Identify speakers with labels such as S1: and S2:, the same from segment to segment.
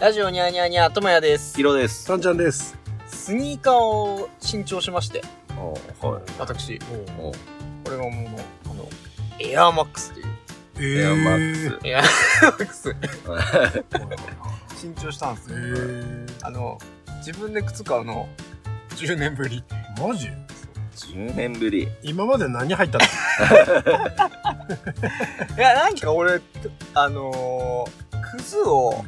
S1: ラジオニャーニャーニャーともやです
S2: ヒ。ロです。
S3: さんちゃんです。
S1: スニーカーを新調しまして、
S2: ああ、はい。
S1: 私。
S3: お
S2: お
S1: これがもう、あの、エアーマックスという。
S3: え
S2: エアマ
S3: ー
S2: ッ
S1: エアーマックス。
S2: クス。
S1: 新調したんです
S3: え
S1: よ。
S3: ー、
S1: あの、自分で靴買うの、10年ぶり。
S3: マジ
S2: 10年ぶり。
S3: 今まで何入ったの
S1: いや、なんか俺、あのー、靴を、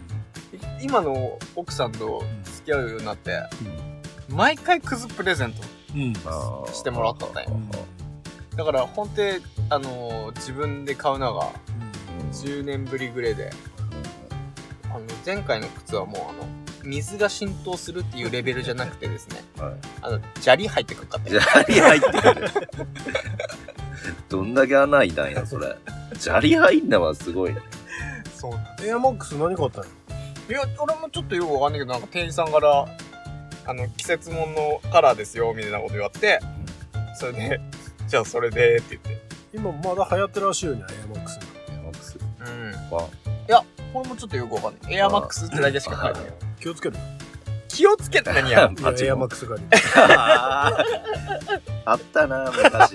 S1: 今の奥さんと付き合うようになって、毎回クズプレゼント。
S3: うん。
S2: ああ
S1: してもらったね
S3: うん
S1: だから、本当にあのー、自分で買うのが、10年ぶりぐらいで、あの前回の靴はもうあの水が浸透するっていうレベルじゃなくてですね
S2: はい。
S1: あの砂利入ってくるかった
S2: 砂利入ってる。どんだけ穴開いたんや、それ。砂利入んのはすごいね。
S1: そうなん
S3: エアマックス何買ったの
S1: いや俺もちょっとよくわかんないけどなんか店員さんからあの季節物のカラーですよみたいなこと言われてそれで じゃあそれでって言って
S3: 今まだ流行ってるらしいよね、エアマックス。
S2: エアマックス
S1: うん
S2: は。
S1: これもちょっとよくわかんないエアマックスってだけしか書いてない
S3: 気をつける。
S1: 気をつけて何や
S3: いやエアマックス狩り。
S2: あったな、昔。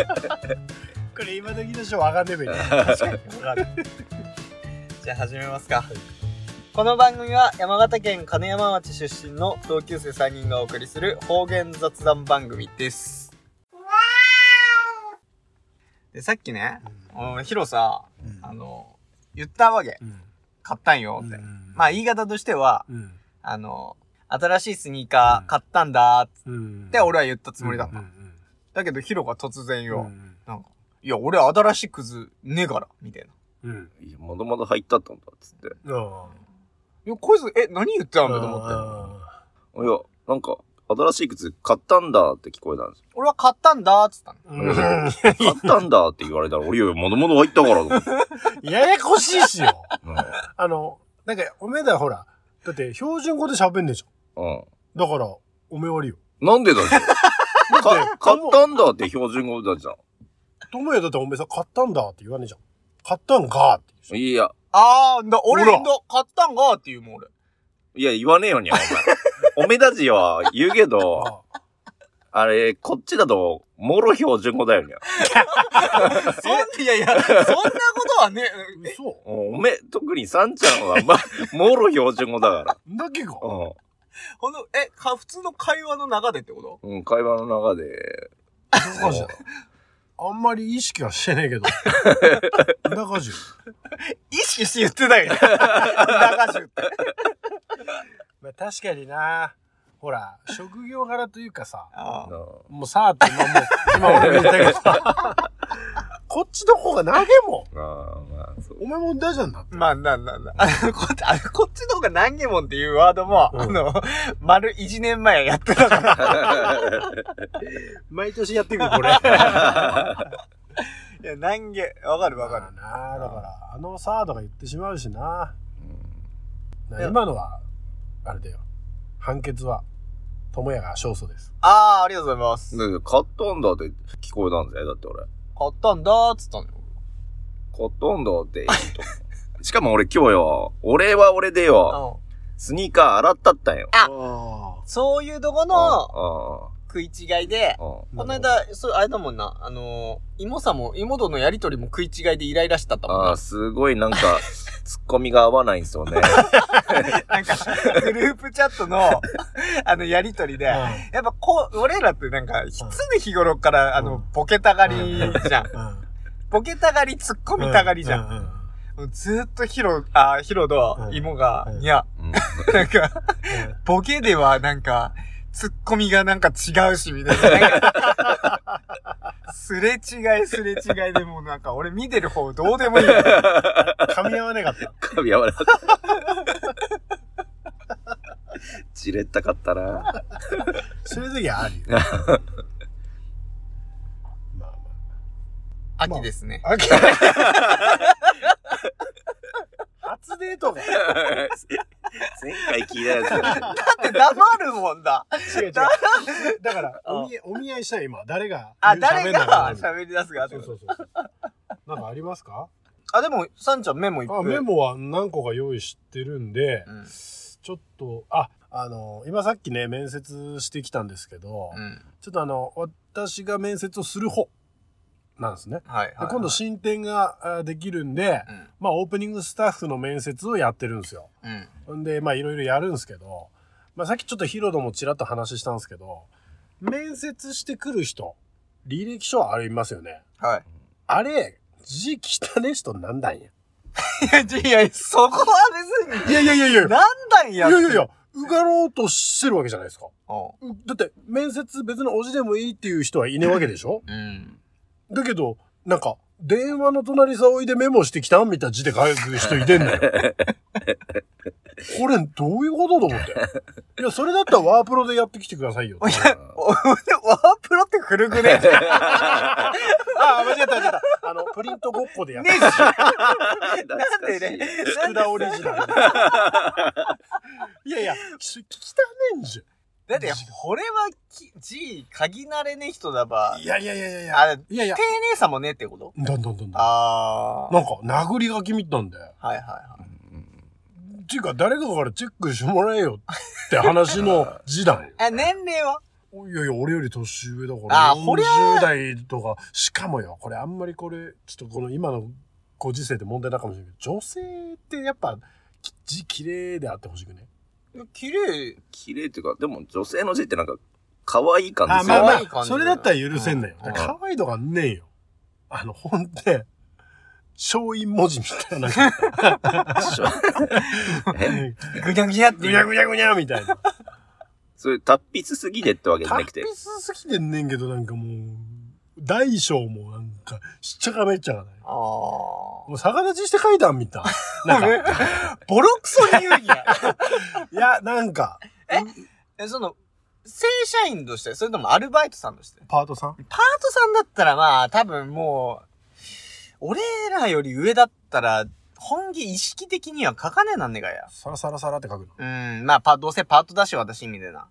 S3: これ今時でしょ、わかんねえべ。
S1: 確かにじゃあ始めますか、この番組は山形県金山町出身の同級生3人がお送りする方言雑談番組ですでさっきねうんヒロさあの言ったわけ買ったんよって、まあ
S3: い。
S1: 言い方としては
S3: うん。
S1: あの新しいスニーカー買ったんだっ
S3: うん
S1: て俺は言ったつもりだった、
S3: うん
S1: だけどヒロが突然
S3: うん
S1: よ、なんかいや俺新しいクズねえからみたいな
S3: うん。うん。
S2: いやもともと入ったったんだ、つって。
S3: ああ。
S1: いやこいつえ何言ってたんだと思って
S3: あ
S2: いや、なんか、新しい靴買ったんだって聞こえたんですよ。
S1: 俺は買ったんだっつったの。
S3: ーうん
S2: 買ったんだって言われたら、俺よりもともと入ったからと思って。
S3: ややこしいしよ。
S2: うん
S3: あの、なんか、おめえだよ、ほら。だって、標準語で喋んねえじ
S2: うん。
S3: ゃん。だから、おめえ悪いよ。
S2: なんでだじゃん。か買
S3: 友
S2: ったんだって標準語だじゃ
S3: ともやだっておめえさ、買ったんだって言わねえじゃん。買ったんかって
S2: ん。いや、
S1: あー、だ俺
S3: ほ
S1: の
S3: ら
S1: 買ったんがっていうもん俺。
S2: いや、言わねえよにゃ、お前。おめだじは言うけ
S3: 言う
S2: ど、あれ、こっちだと、もろ標準語だよにゃ。
S1: そんいやいや、そんなことはね、
S3: あ嘘
S2: おめ、特にサンちゃんは、ま、 もろ標準語だから。
S3: だけか。
S1: ほんの、え、か普通の会話の中でってこと
S2: うん。うん、会話の中で、
S3: だかじゃ。あんまり意識はしてねえけど。だかじゃ。
S1: 意識して言ってないよ。中中って。
S3: まあ、確かにな。ほら、職業柄というかさ、
S1: あ
S2: うん
S3: もうさあって今もう、今俺も言ったけどさ、 こっちの方が長えも
S2: ああ、まあ、そ
S3: ん。
S2: う。
S3: お前も大事なんだ。
S1: あまあ、なんなんだ。あの、こあのこっちの方が何ゲモンっていうワードも、
S3: うん
S1: あの、丸1年前やってたから。
S3: 毎年やってくる、こ れ。わ
S1: いや、何ゲ、わかるわかる。
S3: な。だから、あのさあとか言ってしまうしな。
S2: うん
S3: ない
S1: や
S3: 今のは、あれだよ。判決は、智也が勝訴です。
S1: あー、ありがとうございます。
S2: だけど買ったんだって聞こえたんだよ。だって俺。
S1: 買ったんだーっつったのよ。
S2: 買ったんだって言うと。しかも俺今日よ、俺は俺でよ、
S1: うん
S2: スニーカー洗ったったんよ。
S1: あ
S3: あ
S1: そういうとこの
S2: あ
S1: 食い違いで、
S2: あ、うん。
S1: この間、そう、あれだもんな、あのー、妹さんも、妹のやりとりも食い違いでイライラしたったもん
S2: あ
S1: な
S2: あ、。すごいなんか、ツッコミが合わないんですよね。
S1: なんか、グループチャット の、あの、やりとりで、やっ
S3: う
S1: ぱこう、俺らってなんか、常日頃から、あ
S3: う
S1: の
S3: ん、
S1: ボケたがりじゃん。
S3: んうん
S1: ボケたがり、ツッコミたがりじゃん。
S3: ううん
S1: ずーっとヒロ、あー、ヒロと
S3: うん
S1: 妹が
S3: う、ん
S1: いや、
S2: うん
S1: なんか、ボケではなんか、ツッコミがなんか違うし、みたいななんか。すれ違いすれ違いでもうなんか、俺見てる方どうでもいい。
S3: 噛み合わなかった。
S2: 髪柔らかった。じれったかったな。
S3: そういう時は あるよ。まあま
S1: 秋ですね。
S3: あ。あき初デートが。違
S2: 前回聞いたや
S1: だって黙るもんだ。
S3: う違う。だから、お見合い、お見合いしたい今。誰が。
S1: あ、誰が
S3: 喋んなかった
S1: 喋り出すが
S3: そう
S1: 後
S3: そうそう。なんかありますか
S1: あ、でも、サンちゃんメモいっぱい。
S3: あメモは何個か用意してるんで、
S1: うん。
S3: ちょっと、あ、あの、今さっきね、面接してきたんですけど、
S1: うん。
S3: ちょっとあの、私が面接をする方なんですね。
S1: はい、はい
S3: で。今度進展があできるんで、
S1: うん。
S3: まあオープニングスタッフの面接をやってるんですよ。
S1: うん。
S3: んで、まあいろいろやるんですけど、まあさっきちょっとヒロドもちらっと話したんですけど、面接してくる人、履歴書ありますよね。
S1: はい。
S3: あれ、字汚ね人なんだんや。
S1: いや、いや、そこは別に、
S3: いやいやいやいや、いや
S1: なんだんや
S3: い
S1: って
S3: やいや、受かろうとしてるわけじゃないですか。
S1: う
S3: うだって面接別のおじでもいいっていう人はいねえわけでしょ
S1: ん。うん。
S3: だけど、なんか、電話の隣さおいでメモしてきたみたいな字で書く人いてんのよ。これ、どういうことと思って。いや、それだったらワープロでやってきてくださいよ。
S1: いや、おワープロって古くね。
S3: ああ、間違った、間違った。あの、プリントごっこでやって
S1: ねえし。
S2: 懐
S1: なん
S2: かし
S1: で
S2: い
S1: ね。
S3: 福田オリジナル。 いやいや、き汚ねんじ
S1: だって、これはき、G、鍵慣れねえ人だば
S3: ゃん。。いやいやいやいやいや。
S1: あれ、丁
S3: いやいや。
S1: 寧さもねえってこと
S3: だんだんだんだん。
S1: あー。
S3: な
S1: は
S3: んか、殴り書きみたんで。
S1: いはいは
S3: っていうか、誰かからチェックしてもらえよって話 の字だんよ。
S1: い。え、年齢はい
S3: やいや、俺より年上だから。
S1: あーこりゃ
S3: 40代とか。しかもよ、これあんまりこれ、ちょっとこの今のご時世で問題なのかもしれないけど、女性ってやっぱ、き字綺麗であってほしくね。
S1: 綺麗。
S2: 綺麗っていうか、でも女性の字ってなんか、可愛い感じ
S3: あ、
S2: す
S3: ま
S2: る
S3: あ
S2: よ
S1: 可愛
S2: ね
S3: ま
S1: い
S3: あ、
S1: 感じだよ
S3: それだったら許せんだよ。
S1: うん
S3: 可愛いとかねえよ。あの、ほんで、小印文字みたいな。ぐ
S2: しょえ
S1: ぐにゃぐにゃって
S3: にゃ
S1: いう。
S3: ぐにゃぐにゃみたいな。
S2: それ、達筆すぎねってわけじゃなく
S3: 達
S2: て
S3: 筆。好きでんねんけど、なんかもう、大小もなんか、しっちゃかめっちゃかない。
S1: あー。
S3: もう逆立ちして書いたんみたい。なんか、
S1: ボロクソに言うんや。
S3: いや、なんか、
S1: え、その、正社員として、それともアルバイトさんとして。
S3: パートさん
S1: パートさんだったらまあ、多分もう、俺らより上だったら、本気意識的には書かねえなんねがや。
S3: サラサラサラって書くの。
S1: うん、まあ、パ、どうせパートだし、私、みたいな。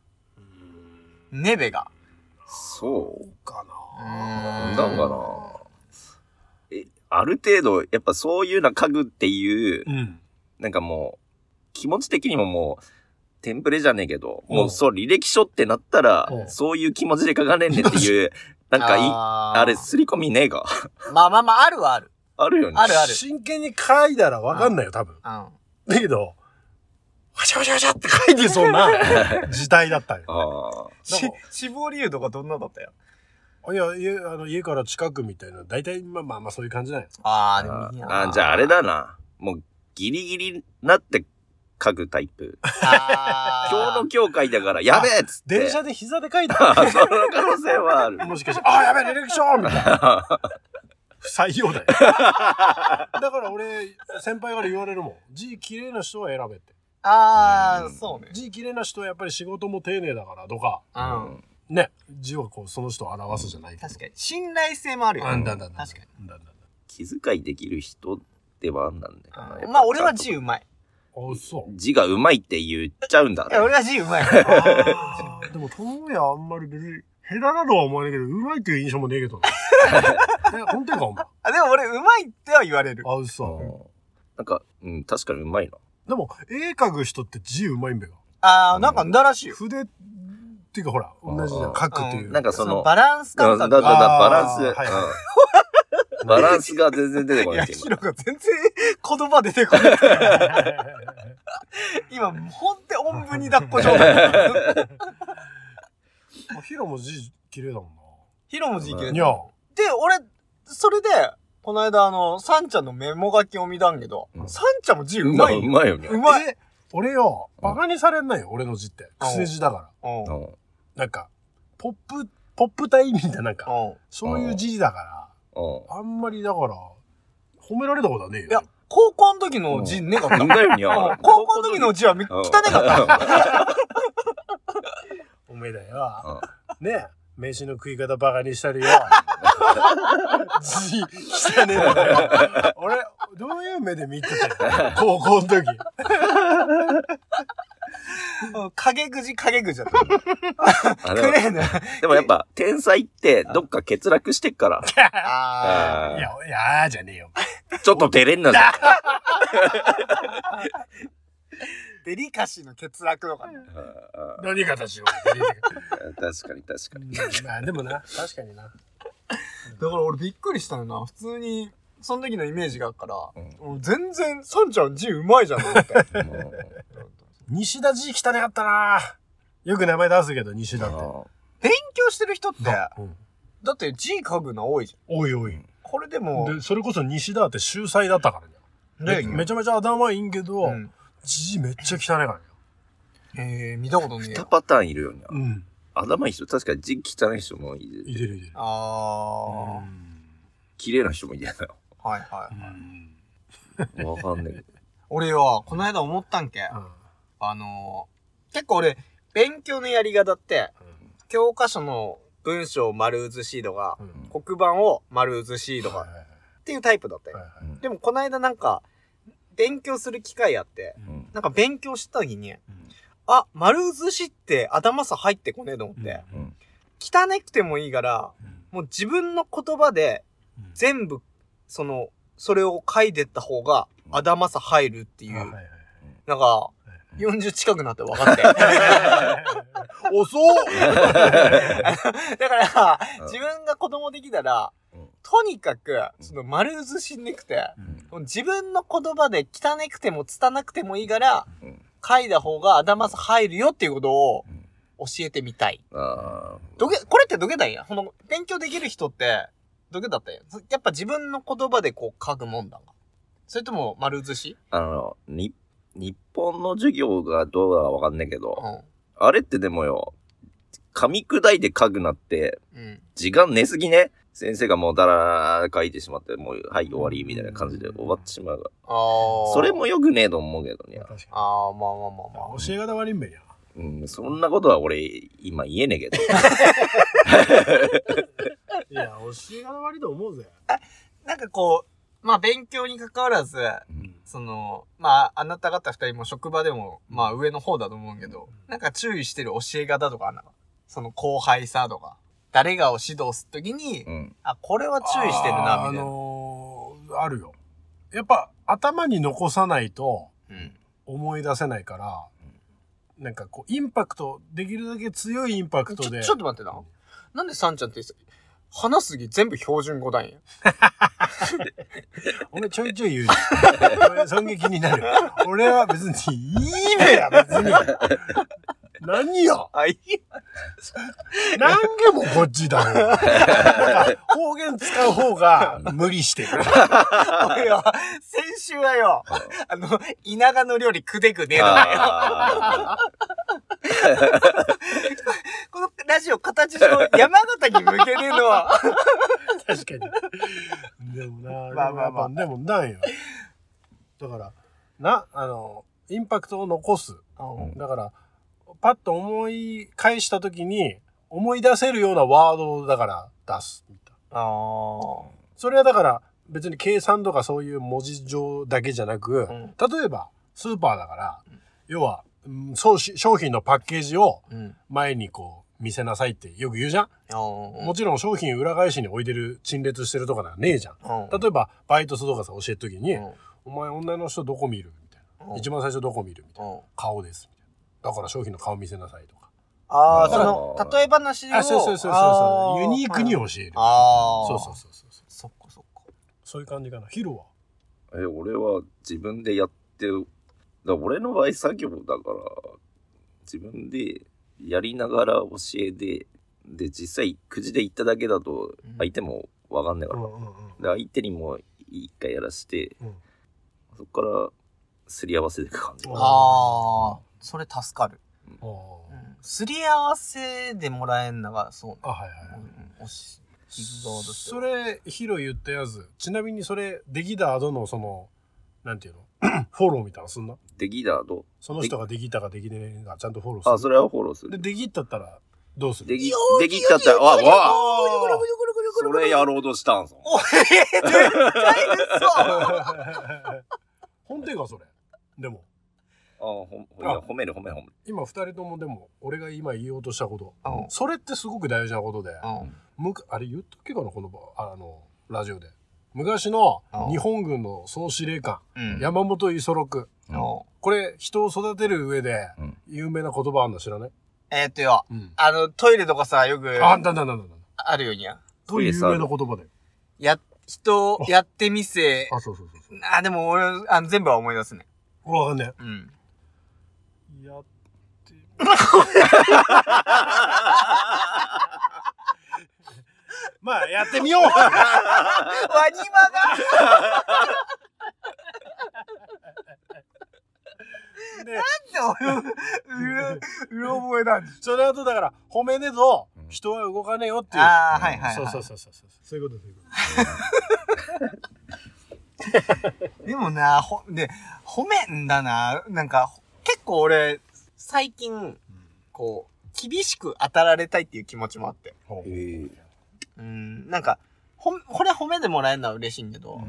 S1: ネベが。
S2: そう
S3: か
S1: な
S2: なんかなえ、ある程度、やっぱそういうな家具っていう、
S3: うん。
S2: なんかもう、気持ち的にももう、テンプレじゃねえけど、
S3: うん
S2: もうそう、履歴書ってなったら
S3: う、ん
S2: そういう気持ちで書かねえねっ ていう、なんかいい、
S1: あー
S2: あれ、すり込みねえが。
S1: まあまあまあ、あるはある。
S2: あるよね。
S1: あるある。
S3: 真剣に書いたらわかんないよ、多分。
S1: う
S3: だけど、わしゃわしゃわしゃって書いてそ うな時代だったよ。
S1: ん。
S2: あ
S3: し
S1: し、死亡理由とかどんなだったよ。
S3: いや、家、あの、家から近くみたいな、大体、まあまあまあそういう感じなんよ。
S1: あ
S2: あ。
S1: あ、でもいいな。
S2: あーじゃああれ。だな。もう、ギリギリなって書くタイプ。
S1: あ
S2: 今日の教会だから、やべえっつって。
S3: 電車で膝で書い
S2: あ
S3: た。
S2: ーその可能性はある。
S3: もしかして、あ、やべえ、履歴書みたいな。不採用だよ。だから俺、先輩から言われるもん。字綺麗な人は選べって。
S1: あ
S2: う
S1: あ、
S2: ん
S1: そうね。
S3: 字綺麗な人はやっぱり仕事も丁寧だからとか、
S1: う。
S2: うんん
S3: ね、字はこう、その人を表すじゃないけど
S1: 確かに。信頼性もあるよ。
S3: あんだんだんだん。
S1: 確か
S3: に。だんだんだ
S2: 気遣いできる人ではあんなんだよなやっぱ
S1: に。まあ、俺は字うまい。
S3: ん。あ、そう。
S2: 字がうまいって言っちゃうんだ
S1: いや、
S2: ね。
S1: 俺は字うまい。
S3: あーでも、友也あんまり別に、下手なとは思わないけど、うまいっていう印象もねえけどな。 え、本当か、お前。
S1: あ、でも俺、うまいっては言われる。
S3: あ、
S2: う
S3: 嘘。
S2: んなんか、うん、確かにうまいな。
S3: でも、絵描く人って字うまいんだよ。
S1: ああ、なんかんだらしいよ。
S3: 筆、っていうかほら、同じじゃん。
S2: あー
S3: 描くっていう。
S1: うん
S2: なんかその
S1: バランス
S2: だ
S1: 感
S2: だだ
S1: 覚
S2: だ
S1: が。
S2: バラン
S3: あ
S2: ス、
S3: ー
S2: うん
S3: はいは
S2: バランスが全然出てこ
S1: いや、
S2: ないです
S1: ヒ
S2: 今
S1: ロが全然言葉出てこない。 今、ほんって音符に抱っこ状態。
S3: まあヒロも字綺麗だもん
S1: ヒロも字切れ
S3: な。
S1: た
S3: にゃん。
S1: で、俺、それで、この間あの、サンちゃんのメモ書きを見たんけど、
S2: うん
S1: サンちゃんも字う
S2: う
S1: ま
S2: ま
S1: い
S2: い、う
S1: よ。
S2: まいよね。
S1: うまい。
S3: え俺よ、バカにされんないよ、俺の字って。癖字だから。
S1: うん。う。
S2: うんん
S3: なんか、ポップ、ポップ体みたいな、なんか、そういう字だか
S2: う
S3: ら、あんまりだから、褒められたことはねえよ。
S1: いや、高校の時の字ねかった。うん
S2: ん。うまいよにゃ。
S1: 高校の時の字はみ汚ねかった。
S2: た。
S3: おめえだよ。
S2: うん
S3: ねえ、飯の食い方バカにしたりよ。字、汚ねえんだよ。俺、どういう目で見てたよ、高校の 時。
S1: うん陰口陰口だった。
S2: あ
S1: ク
S2: でも
S1: レーンだ。
S2: でもやっぱ、天才ってどっか欠落してっから。
S1: あ
S2: あ
S3: い
S2: ー
S3: や、いや、じゃねえよ。
S2: ちょっと照れんなぜ。
S1: デリカシーの欠落とかね。
S2: あああ
S3: 何が立ちよ
S2: あ確かに確かに。
S3: うまあでもな確かにな
S1: だから俺びっくりしたよな。普通に、その時のイメージがあるから、
S2: うん
S1: 俺全然、サンちゃん字うまいじゃんと思って。
S2: もう
S3: 西田 G 汚かったなよく名前出すけど西田って、
S2: あ
S1: 勉強してる人って、だ
S3: うん、
S1: って字書くの多いじゃん。
S3: おいおい
S1: これでも、
S3: でそれこそ西田って秀才だったからね
S1: ね、
S3: めちゃめちゃ頭いいんけど、
S1: うん、
S3: 字めっちゃ汚いからね
S1: えー、見たことねえ
S2: 二
S1: よ。
S2: パターンいるよね。
S3: うん
S2: 頭いい人、確かに字汚い人もいる。
S3: いてるいてる
S1: あ
S2: 綺麗な人もいるやだよ。
S1: ー、はいはい。
S3: うん
S2: わかんないけど。
S1: 俺は、この間思ったんけ。あのー、結構俺、勉強のやり方って、教科書の文章を丸写しとか、
S3: うん
S1: 黒板を丸写しと
S3: はい
S1: か
S3: はいはい
S1: っていうタイプだったよ。
S3: はい
S1: でもこの間なんか、勉強する機会あって、
S2: うん
S1: なんか勉強した時に、
S3: うん
S1: あ、丸写しって頭さ入ってこねえと思って、
S2: うん
S1: 汚くてもいいから、もう自分の言葉で
S3: うん
S1: 全部、その、それを書いてった方が頭さ入るっていう、
S3: あはいはい
S1: なんか、
S2: い
S1: 40近くなって分かって。遅っだから、
S2: うん
S1: 自分が子供できたら
S2: うん、
S1: とにかく、その丸写しにくて、
S2: うん
S1: 自分の言葉で汚くても拙くてもいいから、
S2: うん
S1: 書いた方が頭さ入るよっていうことを
S2: う
S1: 教
S2: ん
S1: えてみたい。
S2: あ
S1: どけ、これってどけたんや。この、勉強できる人って、どけだったんや。そやっぱ自分の言葉でこう書くもんだんかそれとも丸写し
S2: あの、に、日本の授業がどうだかわかんないけ
S1: う
S2: ど、
S1: ん。
S2: あれってでもよ、噛み砕いて書くなって、
S1: うん。
S2: 時間寝すぎね先生がもうだらだら書いてしまって、もう、はい、終わり、みたいな感じで終わってしまうから。
S1: ああ。
S2: それ。もよくねえと思うけどね。
S3: 確か
S1: ああ、まあまあまあまあ。
S3: に教え方悪いんべや
S2: うん、そんなことは俺、今言えねえけ ど。
S3: いや教え方悪いと思うぜ
S1: なんかこう、まあ勉強に関わらず、
S2: うん
S1: その、まあ、あなた方二人も職場でも、まあ上の方だと思うけど、なんか注意してる教え方とかあんのその後輩さとか、誰がを指導するときに、
S2: うん。
S1: あ、これは注意してるな、
S3: あー
S1: みたい
S3: あ
S1: な。
S3: のーあるよやっぱ頭に残さないと
S1: うん。
S3: 思い出せないから、なんかこうインパクトできるだけ強いインパク
S1: ち
S3: ト
S1: ょ、
S3: で
S1: ちょっと待ってな。なんでサンちゃんって、話すとき全部標準語 だんや。
S3: 俺ちょいちょい言うじゃん 俺尊敬気になる俺は別にいいべや別に何よ
S1: あ、いい。
S3: 何でもこっちだろなんか方言使う方が無理してる
S1: 俺は、先週はよ、あの、稲賀の料理くでくねえな。
S2: あ
S1: このラジオ形上、山形に向けねえの は、
S3: 確かに。でもな、
S1: まあまあまあ
S3: でもなんよ。だから、な、あの、インパクトを残す。
S1: う
S3: だから、パッと思い返した時に、思い出せるようなワードをだから出す。みたいな
S1: あー
S3: それはだから、別に計算とかそういう文字上だけじゃなく、
S1: うん
S3: 例えば、スーパーだから、要は、うんそうし商品のパッケージを
S1: うん。
S3: 前にこう見せなさいってよく言うじゃん、
S1: あー
S3: もちろん商品裏返しに置いてる陳列してるとかなんかねえじゃん
S1: うん
S3: 例えばバイトするとかさ教える時に
S1: うん
S3: 「お前女の人どこ見る?」みたい
S1: うん
S3: な「一番最初どこ見る?」みたいな
S1: うん
S3: 「顔です」みたいな「だから商品の顔見せなさい」とか
S1: ああ、
S2: うん
S1: その、例え話を。
S3: あそうそうそうそう
S1: あ
S3: そ
S1: ー
S3: うユニークに教える
S1: ああ。
S3: そうそう。そうそうそ
S1: そ
S3: う
S1: っかそっか。
S3: そういう感じかなヒロは
S2: ーえ俺は自分でやって、だから俺の場合作業だから、自分でやりながら教えて、で、実際、くじで行っただけだと
S1: うん、
S2: 相手もわかんないから、
S3: んうん
S2: で相手にも一回やらして、
S3: うん
S2: そこからすり合わせていく感じ。
S3: うん
S1: ああ、それ助かる。
S3: あ
S1: すり合わせでもらえんのが、そう
S3: あはい
S1: な
S3: は
S1: の。
S3: い
S1: うんおし、聞く側として
S3: そ
S1: は。
S3: れヒロ言ったやつちなみにそれできた後のそのなんていうの フォローみたいなのすんな
S2: できたと、
S3: その人ができたかできねえかちゃんとフォローする
S2: あ、それはフォローす
S3: で
S2: る。
S3: できたったらどうする
S2: でき
S1: よ、ー
S2: できたったら、わ、わ、
S1: これこれこれこれこれ
S2: そ
S1: これ
S2: れやろうとしたんすよ。
S1: おい、絶対嘘
S3: 本当かそれでも
S2: あほんいや褒める褒める褒める。
S3: 今2人ともでも俺が今言おうとしたこと
S1: うん
S3: それってすごく大事なことで
S1: うん
S3: むくあれ言っとけかなこの場あのラジオで昔の
S1: ああ
S3: 日本軍の総司令官、
S1: うん
S3: 山本五十六。
S1: の
S3: これ、人を育てる上で
S2: うん、
S3: 有名な言葉あんの知らない
S1: えーっとよ、
S3: うん。
S1: あの、トイレとかさ、よく
S3: あ、なんだなんだなんだ。
S1: あるよにゃ。
S3: という有名な言葉だよ。
S1: や、人、やってみせ。
S3: あ、そうそうそうそう。
S1: あ、でも俺、あの、全部は思い出すね。
S3: わかんね
S1: うん。
S3: え。やって。 まあ、やってみよう
S1: ワニマ が
S3: で
S1: なんで俺、うろ、うろ覚えなんで
S3: その後だから、褒めねえぞ
S2: うん
S3: 人は動かねえよっていう。
S1: ああ、はいはい、はい。
S3: そうそうそうそう。そういうこと、そういうこと。
S1: でもな、ほ、で、褒めんだな。なんか、ほ結構俺、最近、こう、厳しく当たられたいっていう気持ちもあって。
S3: ほう
S2: え
S1: うん、なんか、ほん、これ褒めてもらえるのは嬉しいんだけど、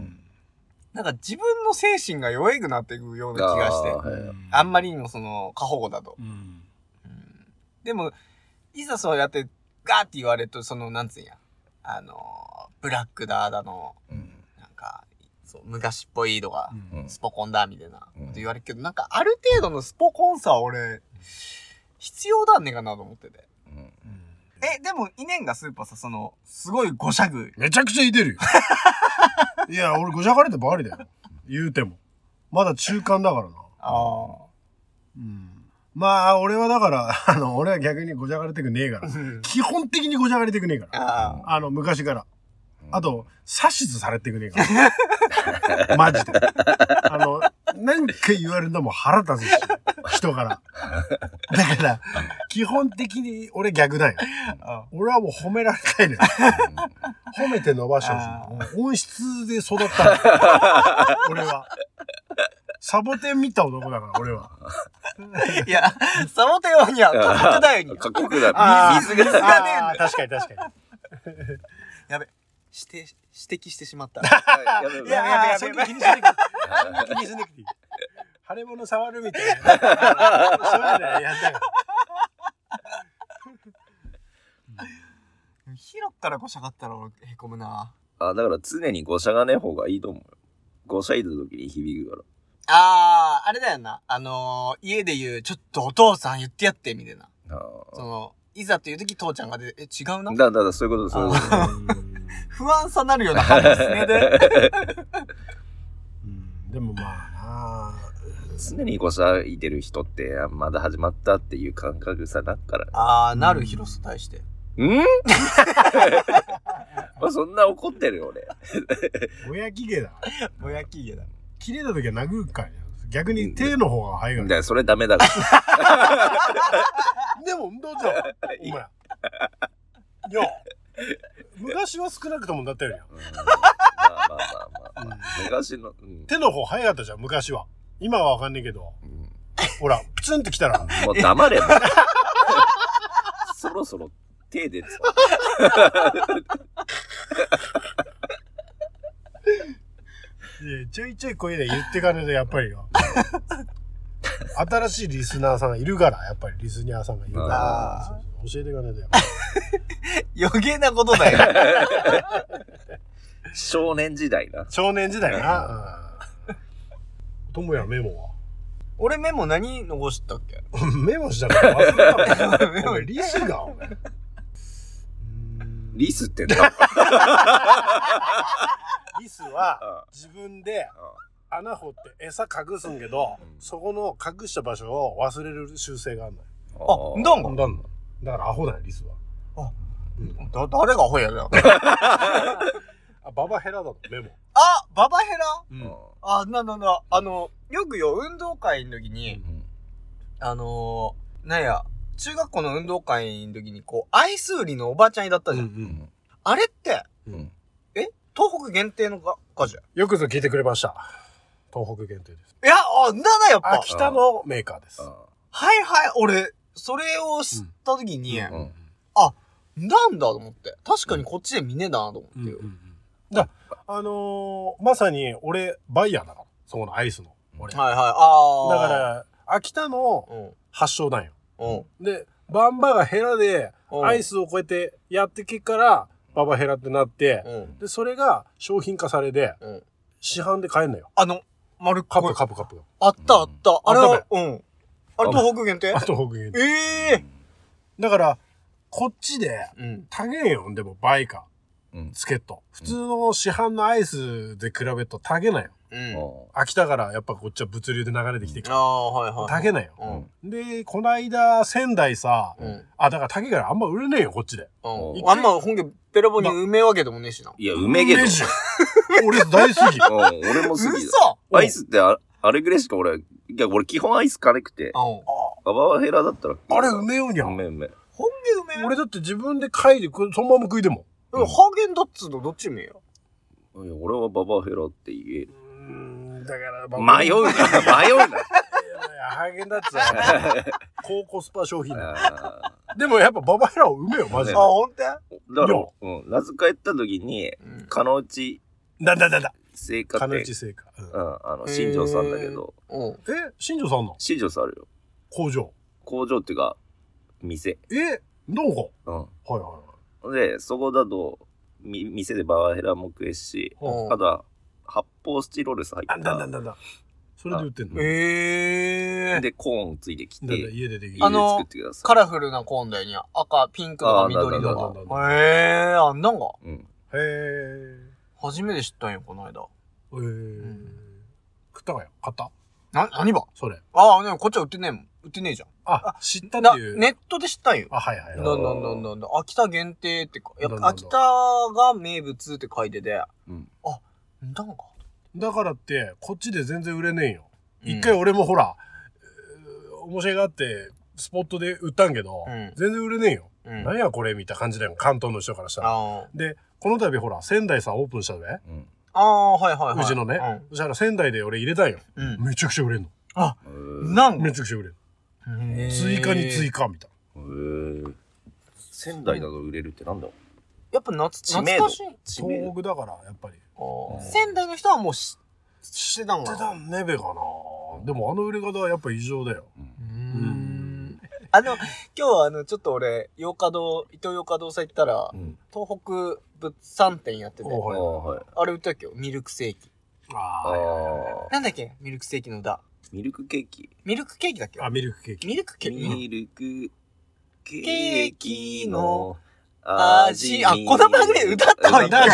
S1: なんか自分の精神が弱くなっていくよう
S2: ー、
S1: な気がして。
S2: はい
S1: あんまりにもその、過保護だと。
S3: うん。
S1: うんでも、いざそうやって、ガーって言われると、その、なんつうんや、あの、ブラックだ、だの、
S2: うん
S1: なんか、そう、昔っぽいとか、
S2: うん
S1: スポコンだ、みたいな、
S2: うん
S1: 言われるけど、なんか、ある程度のスポコンさは俺、必要だんねえかなと思ってて。
S2: うん
S1: え、でも、イネンがスーパーさ、その、すごいごしゃぐ。
S3: めちゃくちゃいてるよ。 いや、俺、ごじゃかれてばかりだよ。言うても。まだ中間だからな。
S1: あ
S3: うん。まあ、俺はだから、あの、俺は逆にごじゃかれてくねえか
S1: あ
S3: ら。。基本的にごじゃかれてくねえから。
S1: ああ。
S3: あの、昔から。
S2: うん
S3: あと、指図されてくねえ から。マジで。あの、何回言われるのも腹立つし、人から。だから、基本的に俺逆だよ。
S1: あ
S3: 俺はもう褒められたい のよ。褒めて伸ばして
S1: あ
S3: ほしい。音質で育 ったのよ。俺は。サボテン見た男だから、俺は。
S1: いや、サボテンはには、過酷だよに。
S2: 過酷だ。
S3: あー
S2: 水が。
S1: がねえんだ
S3: あー確かに確か
S1: やべ、指定、指摘してしま った。
S2: はいや
S3: に。
S2: べ
S3: い
S1: や
S2: やべ
S3: やい
S1: べやべ
S3: や、そんな気にしなくていい。そんな気にしなくていい。 腫れ物触るみたい な。そういうのはやんないから。
S1: ヒロからごしゃがったら俺、へこむな。
S2: あだから常に誤射がねえ方がいいと思うよ。誤射いた時に響くから。
S1: あー、あれだよな。あのー、家で言う、ちょっとお父さん言ってやって、みたいな。そ
S2: あ
S1: の、いざという時、父ちゃんが出て、え、違うな
S2: ーだだだそういうことそういうこと。
S1: 不安さなるような話ですね。で、
S3: うんでもまあ
S2: 常に誤射いてる人ってあまだ始まったっていう感覚さなっから。
S1: あー、なるヒロス対して。
S2: うん？ まあそんな怒ってるよ俺。
S3: な親きげだから
S1: ぼやき家だ。
S3: 切れた時は殴るからね逆に手の方が早い
S2: だ
S3: か
S2: からそれダメだから。
S3: らでもどうぞお前よ昔は少なくともだったより
S2: うんまあまあまあまあ。
S3: ゃん、うん
S2: 昔の、うん
S3: 手の方早かったじゃん昔は今はわかんねえけど
S2: うん
S3: ほらプツンってきたら
S2: もう黙れもう そろそろ手でつ
S3: いやちょいちょい声で言ってかねえとやっぱりよ新しいリスナーさんがいるからやっぱりリスナーさんがいるから
S1: あー
S3: そうそう教えてかねえとやっぱり
S1: 余計なことだ よ。
S2: 少年時代な。
S3: 少年時代な友也メモは
S1: 俺メモ何残したっけ
S3: メモしたから忘れたもん。
S1: メモ
S3: お前リスが、お前
S2: リスってな。
S3: リスは
S2: あ
S3: 自分で
S2: あ
S3: 穴掘って餌隠すんけど、そこの隠した場所を忘れる習性があるのよ。
S1: あ、どん
S3: だんだからアホだよ、リスは。
S1: だ、誰がホヤだよ。
S3: あ、ババヘラだと、メモ。
S1: あ、ババヘラ
S3: う
S2: うん
S1: あ、なんだなんだ、あの、よくよ、運動会の時に、あのー、なんや、中学校の運動会の時に、こう、アイス売りのおばちゃんいだったじゃん。
S3: ん
S1: あれって、
S2: うん
S1: え東北限定のガガジェ
S3: よくぞ聞いてくれました。東北限定です。
S1: いや、あ、なんだやっぱ。
S3: 秋田のメーカーです。
S2: あ
S1: はいはい、俺、それを知った時に、
S2: うん
S1: なんだと思って。確かにこっちで見ねえなと思って。
S3: だあのーまさに俺、バイヤーだから。そこのアイスの。俺。だか
S1: はいはい、ああ。
S3: ら、秋田の
S1: ら、うん、
S3: 発祥なんよ。
S1: うん、
S3: で、バンバがヘラで、
S1: うん。
S3: アイスをこうやってやってきから、ババヘラってなって、
S1: うん。
S3: で、それが商品化されで、
S1: うん
S3: 市販で買えんのよ。
S1: あの、丸っ
S3: カ
S1: こ
S3: ップ
S1: い。
S3: カップカップが。
S1: あったあった。あれ
S3: あ
S1: は
S3: っ、
S1: うん。あれ
S2: あ
S1: 東北限定
S3: あと北限。
S1: ええ
S3: だから、こっちで、
S1: うん。
S3: 高えよんでも倍か、
S2: うん
S3: チケット。普通の市販のアイスで比べると高えなよ。
S1: うん。
S3: 飽きたからやっぱこっちは物流で流れてきて、
S1: ああ、はいはい。
S3: 高えなよ。
S1: うん。
S3: で、こないだ仙台さ、
S1: うん。うん
S3: あ、だから高えからあんま売れねえよ、こっちで。
S2: うん
S1: あんま本家べらぼうにうめえわけでもねえしな。
S2: いや、うめえけど。
S3: えじゃん俺大好き。
S2: うん、俺も好きだ。
S1: 嘘
S2: アイスってああれぐらいしか俺、いや、俺基本アイス軽く
S1: う
S2: て、
S1: ん。
S2: アバヘラだったら。
S3: あれうめえよにゃ。
S2: うんめえうめえ。
S1: 本家うめえ
S3: 俺だって自分で買いで食うそのまま食いでも。
S1: でもハーゲンダッツのどっちうめえよ。
S2: いや俺はババヘラって言える。
S3: うん、だから、
S2: 迷うな、迷うな。
S3: ハーゲンダッツは 高コスパ商品だ。
S2: あ
S3: でもやっぱババヘラはうめえよ、マジで
S2: あ。
S1: ほんと
S2: ーだろう、うん、名付帰った時に、
S1: うん。
S2: かのうち
S3: だだだだ。
S2: 聖火
S3: 金
S2: 店
S3: 内、製菓。うん
S2: うん、あの、新庄さんだけど、
S1: うん。
S3: え新庄さんの
S2: 新庄さんあるよ。
S3: 工場
S2: 工場っていうか、店。
S3: えどう
S2: うん。
S3: かはいは
S2: で、そこだと、み店でババヘラも食えし、
S3: いはい。
S1: うん
S2: あとは、発泡スチロールス入
S3: あ、
S2: った。
S3: だんだんだんだん。それで売ってんのだん
S1: ええ
S2: で、コーンついてきて、
S3: だん
S2: 家で
S3: 家でできる
S1: あ。の
S2: 作ってください。
S1: カラフルなコーンだよにゃ。赤、ピンクと
S2: あ
S1: か
S2: ー
S1: 緑
S2: な
S1: と
S2: んだ
S1: か
S2: なん
S3: だ。
S1: へえー、あんなんが。
S2: うん。
S3: へえ。
S1: 初めて知ったんよ、この間。
S3: へえ
S1: ん。
S3: 食ったかよ買った
S1: な、何ば
S3: それ。
S1: ああ、ね、こっちは売ってねえもん。売ってねえじゃん。
S3: あ、知ったっ
S1: な、
S3: ていう。。
S1: ネットで知ったんよ。
S3: あ、はいはい
S1: なん
S3: は
S1: だ
S3: い。
S1: なんだなんだ。秋田限定ってか、いや
S3: なんだなんだ
S1: 秋田が名物って書いてて、
S2: うん
S1: あ、なんか。
S3: だからって、こっちで全然売れねえよ。
S1: うん
S3: 一回俺もほら、えー面白いがあって、スポットで売ったんけど
S1: うん、
S3: 全然売れねえよ。
S1: うん。
S3: 何やこれみたいな感じだよ。関東の人からしたら。
S1: あー
S3: で、この度ほら、仙台さ、オープンしたね。
S2: うん。
S1: あー、はいはいはい。
S3: うちのねそしたら仙台で俺入れたんよ。
S1: うん。
S3: めちゃくちゃ売れんの。
S1: うん。なん
S3: め
S1: か
S3: ちゃくちゃ売れる。
S1: へー
S3: 追加に追加みたい
S2: へー仙台など売れるってなんだ
S1: やっぱ夏、
S2: 知
S1: 懐
S2: 名
S1: か
S2: 度
S1: しい。
S2: 知
S3: な。
S2: 名
S3: 東
S2: 度
S3: 北だから、やっぱり。
S1: あー
S2: うん
S1: 仙台の人はもう知知ってたん
S3: 出
S1: か
S3: た
S1: な。
S3: んねべかな。でもあの売れ方はやっぱ異常だよ。
S1: うー
S3: ん
S1: ん。あの、今日はあの、ちょっと俺、洋華堂、伊東洋華堂さん行ったら、
S2: うん。
S1: 東北物産展やってて、
S2: ああ、
S3: お
S2: はい。
S1: あれ売ったっけよ、ミルクセーキ。
S3: あ
S2: ああ。
S1: なんだっけミルクセーキの歌。
S2: ミルクケーキ。
S1: ミルクケーキだっけ
S3: あ、ミルクケーキ。
S1: ミルクケーキ
S2: ミルクケーキの
S1: 味。
S2: 味
S1: あ、この場で歌った方がいい
S3: 歌う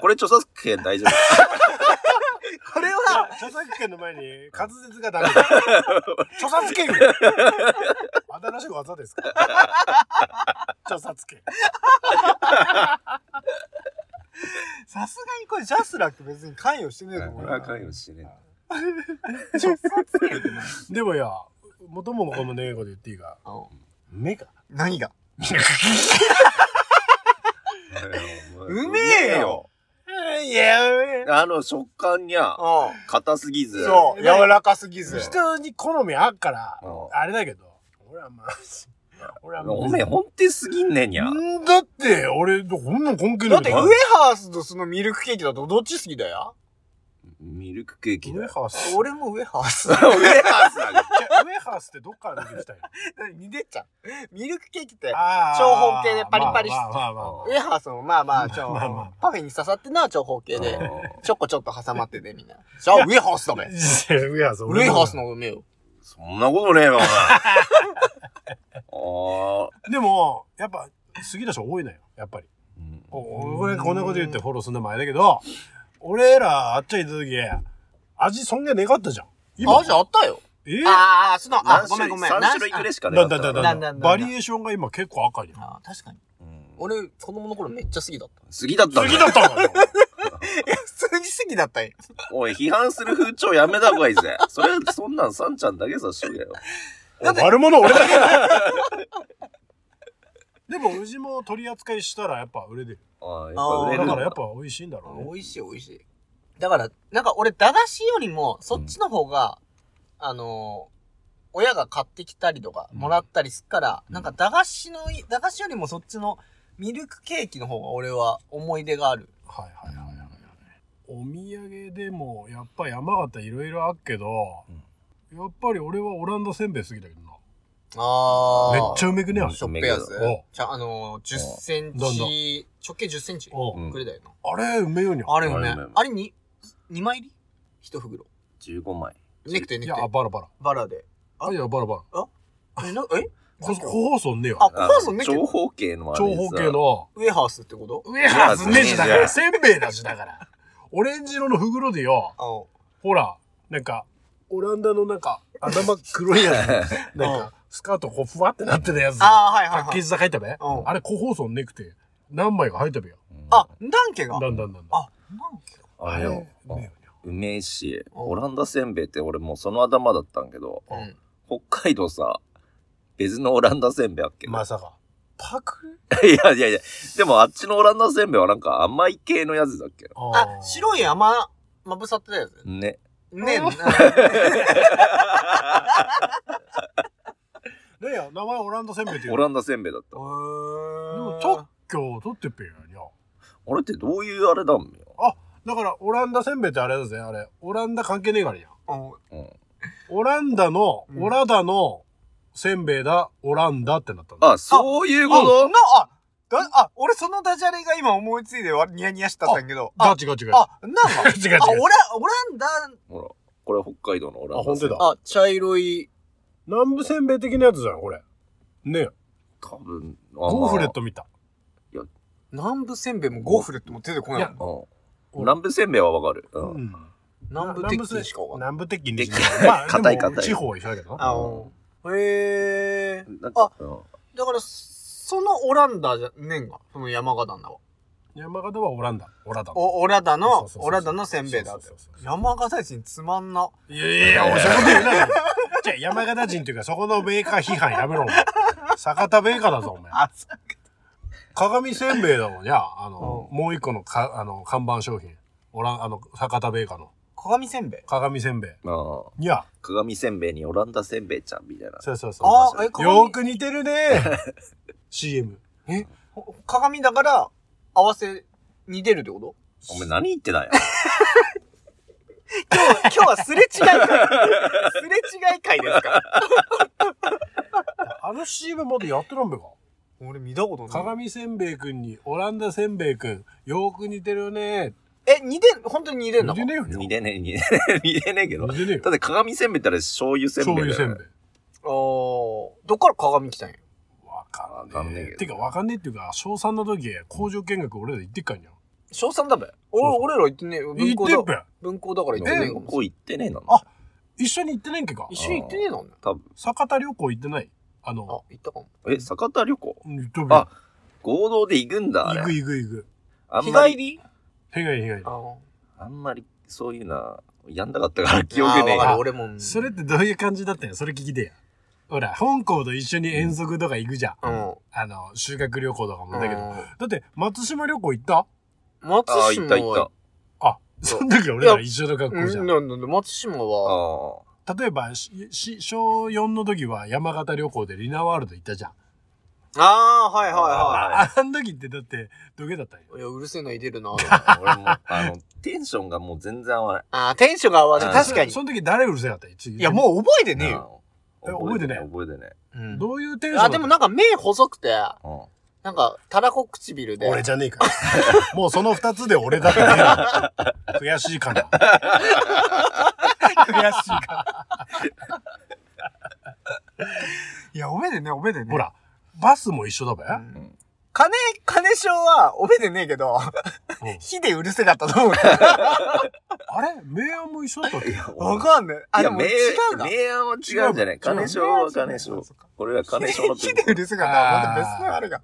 S2: これ著作権大丈夫。
S1: これ
S3: いや
S1: は、
S3: 著作権の前に滑舌がダ メだ。著作権が新しい技で すか著作権。
S1: さすがにこれジャスラック別に関与してねえと思うよ。
S2: 関与してね。
S1: 著作権ってな
S3: でもいや、元も子もねえこと言っていいが、目が。
S1: 何がう
S2: う
S1: めえよ。い
S2: めえ
S1: や、
S2: よ。あの食感にゃ、
S1: うん。
S2: 硬すぎず。
S1: そう、
S3: ね
S1: 柔らかすぎず。
S3: 人に好みあっから、
S2: うん
S3: あれだけど、俺はまあ、俺はまあ
S2: おめえ、本手すぎんねんにゃ。
S3: んだって、俺、こんなん根拠
S1: だ
S3: な
S1: っ
S3: い
S1: て、ウエ
S3: から
S1: ハースとそのミルクケーキだとどっち好きだよ
S2: ミルクケーキ
S3: ウエ
S2: だ。
S3: ハース。
S1: 俺もウエハース。
S2: ウエハースだね
S3: じゃウエハースってどっから出てきたんや。
S1: 似てっちゃう。ミルクケーキって、
S3: あー
S1: 長方形でパリパリして
S3: まあまあまあまあ
S1: ウエハースもまあまあ、ちょ
S3: まあまあ、
S1: パフェに刺さってんのは長方形で、
S2: うん
S1: ちょこちょっと挟まっててみんな。じゃあ、ウエハースだべ。
S3: いやウエハース。
S1: ウエハースの方がうめえよ。
S2: そんなことねえわ、お前あー
S3: でも、やっぱ、杉田賞多いのよ、やっぱり。
S2: うん
S3: お俺、こんなこと言ってフォローするのもあれだけど、俺ら、あっちゃいた時、味そんげねかったじゃん。
S1: あ、じゃああったよ。
S3: えー
S1: ああ、その、あ、
S2: 何
S1: ごめ
S2: 種
S1: んご
S2: 類
S1: めん。
S2: 三種
S1: 何
S2: 類ぐらいしかね
S3: だんだんだん
S1: だん
S3: だ
S1: だ
S3: ん
S1: ん
S3: だん。バリエーションが今結構赤じゃん。
S1: あー確かに。
S2: 俺、
S1: 俺、子供の頃めっちゃ好きだった。
S2: 杉だったん
S3: 杉
S2: だ
S3: 田さんだよ。
S1: 普通に好きだったよ。
S2: おい、批判する風潮やめた方がいいぜ。それ、そんなん、さんちゃんだけさしとけよ。
S3: お悪者俺だけだ でも、うじも取り扱いしたらやっぱ売れてる。
S2: ああ、やっぱ売れ
S3: だ
S2: るん
S3: か
S2: だ
S3: らやっぱ美味しいんだろうね。
S1: 美味しい美味しい。だから、なんか俺、駄菓子よりも、そっちの方が、あのー、親が買ってきたりとか、
S2: うん
S1: もらったりすっから、
S2: うん
S1: なんか駄菓子のい、駄菓子よりもそっちのミルクケーキの方が俺は思い出がある。
S3: はいはいはいはいはい。お土産でも、やっぱ山形いろいろあっけど、やっぱり俺はオランダせんべい好きだけどな。
S1: ああ。
S3: めっちゃうめくね、あれ
S1: しょっぺやつ
S3: お
S1: ちゃ、あのー、10セン
S3: どんどん
S1: チ、直径10センチ
S3: お
S2: うん
S1: くれだよな。
S3: あれ、うめえよにゃ。
S1: あれよね
S2: あれね。
S1: あれに、2枚入り ?1 袋。
S2: 15枚。
S1: ネクテネ
S3: い
S1: ク
S3: や、
S1: テ。
S3: バラバラ。
S1: バラで。
S3: あいや、バラバラ。
S1: え、な、え
S3: こ個放送ねえよ。
S1: あ、ここ
S2: あ
S1: はそのネクテ
S2: 長方形のあれ
S3: 長
S2: さ
S3: 方形。の。
S1: ウェハースってこと
S3: ウェハースねえしだから、せんべいだしだから。オレンジ色の袋でよ、
S1: あの、
S3: ほら、なんか、オランダのなんか、頭黒い やつ。なんか、スカートこう、ふわってなってたやつ。パ
S1: あー、はいはい
S3: ッ
S1: は
S3: ケー
S1: い。
S3: ジで入ったべ。
S1: うん
S3: あれ、個包装ねくて、何枚か入ったべよ。
S1: あ、ダンケが。
S3: だ
S1: ダン
S3: んだんだんだん。
S1: あケが。
S2: あれよ。
S3: うめえよにゃ
S2: うめえし、
S1: うん
S2: オランダせんべいって俺もうその頭だったんけど、
S1: うん。
S2: 北海道さ、別のオランダせんべいあっけ、
S3: まさか。
S1: パク
S2: いやいやいや、でもあっちのオランダせんべいはなんか甘い系のやつだっけ
S1: あ、
S3: い。
S1: 白い甘、まぶさってたやつ。
S2: ね。
S1: ねえ、
S3: うん
S1: な
S3: ねえよ、名前オランダせんべいって言
S2: オ
S3: うの。
S2: ランダせんべいだった。
S3: でも
S1: うーん
S3: 特許を取ってっぺよにゃ。
S2: あれってどういうあれだんよ。
S3: だから、オランダせんべいってあれだぜ、あれ。オランダ関係ねえからにゃ。
S1: うん
S2: うん。
S3: オランダの、
S1: うん
S3: オラダのせんべいだ、オランダってなったんだ。
S2: あ、そういうこ
S1: あ、
S2: と
S1: な、あ、だあ、俺そのダジャレが今思いついてわニヤニヤしたんだけど。
S3: あ
S1: あ、
S3: 違う違う。
S1: あ、なんか、あ、
S3: 違う違
S1: オ
S3: う
S1: ラ、オランダ、
S2: ほら、これ北海道のオランダ
S3: あ本当だ
S1: あ、茶色い、
S3: 南部せんべい的なやつじゃん、これ。ねえ。
S2: 多分、あ
S3: ゴーフレッ。ト見た。
S1: 南部せんべいもゴーフレットも出てこないもん
S2: まあうん。南部せんべいはわかる。うん。
S3: ん。
S1: 南部鉄筋しかわかんない。
S3: 南部鉄筋
S2: 鉄
S3: で
S2: 筋
S3: まあ、
S2: 硬い
S3: でも
S2: 硬い
S3: 地方は一緒だけどな。
S1: あ、うん。へえ。
S2: なんか、うん
S1: だから、そのオランダじゃねんが、その山形なんだわ。
S3: 山形はオランダ。オラダ。
S1: お、オラダ
S3: そ
S1: の
S3: う、そうそうそう
S1: オラダのせんべいだって
S3: そうそうそう。そう
S1: 山形人つまんな。
S3: いやいやいや、おいそういうこと言うな。じゃあ、山形人というか、そこのベーカー批判やめろ、お前。坂田ベーカーだぞ、お前。
S1: あ、そ
S3: 鏡せんべいだもんにゃ。あの、もう一個のか、あの、看板商品。オラン、あの、坂田ベーカーの。
S1: 鏡せんべい
S3: 鏡せんべい。
S2: あ
S3: にゃ。
S2: 鏡せんべいにオランダせんべいちゃんみたいな。
S3: そうそうそう。
S1: あ
S2: 面、白い
S1: え、鏡
S3: よーく似てる ね。CM。
S1: ほ鏡だから、合わせ、似てるってこと
S2: お前何言ってない
S1: 今日、今日は すれ違い会。すれ違い会ですか
S3: あの CM まだやってらんべか。
S1: 俺見たことない。
S3: 鏡せんべいくんに、オランダせんべいくん、よーく似てるね。や
S1: え、似てん、本当に似てんの
S3: 似てねえよ。
S2: 似てねえ、似てねえ、似てねえけど。
S3: 似てねえよ
S2: だ。って鏡せんべいってあれ醤油せん
S3: 醤
S2: べいだ
S3: 油せ
S2: よ、
S3: ん
S2: ね
S3: べい。
S1: あー、どっから鏡来たんや。
S3: わか
S2: わ
S3: ら
S2: かんねえ
S3: ね
S2: け
S3: え。
S2: ど
S3: てか、わかんねえっていうか、小3の時、工場見学俺ら行ってっかんや。
S1: 賞賛だべ。俺、
S3: そうそう
S1: 俺ら行ってねえ。文
S3: 行
S1: 校
S3: ってっ
S1: だ。
S3: ぺ。
S1: 文校だから行ってねえ
S2: 俺
S1: かも
S2: 向
S1: しれ
S2: こう
S1: ない。
S2: 行ってねえなの。
S3: あ一緒に行ってねえんけか。
S1: 一緒に行ってねえのね。
S2: 多分。
S3: 坂田旅行行ってない。あ
S1: あ、
S3: の、
S1: 行ったかも。
S2: え、坂田旅行
S3: うん行ってる
S2: あ合同で行くんだ、あ
S3: 行く
S2: れ。
S3: 行く行く。
S2: あん
S1: 日
S2: ま
S1: 帰
S2: り、
S1: り
S3: へがいへがい
S1: あ。ー
S2: あんまり、そういうな、やんなかったから記憶ね
S1: あー
S2: え
S1: わかる
S2: よ。
S1: 俺も。
S3: それってどういう感じだったんやそれ聞きてえや。ほら、本校と一緒に遠足とか行くじゃん。
S1: うん。
S3: あの、修学旅行とかもだけど。
S1: ど。
S3: だって、松島旅行行った
S1: 松
S2: ああ、行っ
S1: 島
S2: た行った
S1: は、。
S3: あ、
S1: そう
S3: その時俺ら一緒の
S1: う
S3: 格好じゃ
S1: ん
S3: ん。
S1: なんなんで松島は、
S2: あ
S3: 例えば、しし小4の時は山形旅行でリナワールド行ったじゃん。
S1: ああ、はいは
S3: あの時ってだって、どけだったんや。
S1: いはい。いや、うるせえない出るな。
S2: あ。俺も、あの、テンションがもう全然合わない。
S1: ああ、テンションが合わない。
S2: あー
S1: 確かに
S3: そ。の時誰うるせえかったい
S1: いや、もう覚えてねえよ。
S2: ああ
S3: え覚えてねえ
S2: 覚えてね
S1: うん
S3: どういうテンションだ
S1: あ、
S3: った
S1: でもなんか目細くて、
S2: え。うん。
S1: なんか、たらこ唇で。
S3: 俺じゃねえか。 もうその二つで俺だってね。悔しい かな。悔しいか
S1: いや、おめでね、おめでね
S3: な。ほ。ら、バスも一緒だべ。
S1: うん金、金賞は、おめでねえけど、
S3: うん
S1: 火でうるせえだったと思う。
S3: あれ明暗も一緒だったっけ
S1: わかんない。あ、
S2: い
S1: で
S2: や、
S1: も
S2: 明
S1: 違うな。
S2: 明暗は違うんじゃない金賞は金賞。俺ら金賞の時
S1: 火でうるせえかった。また別のあれが。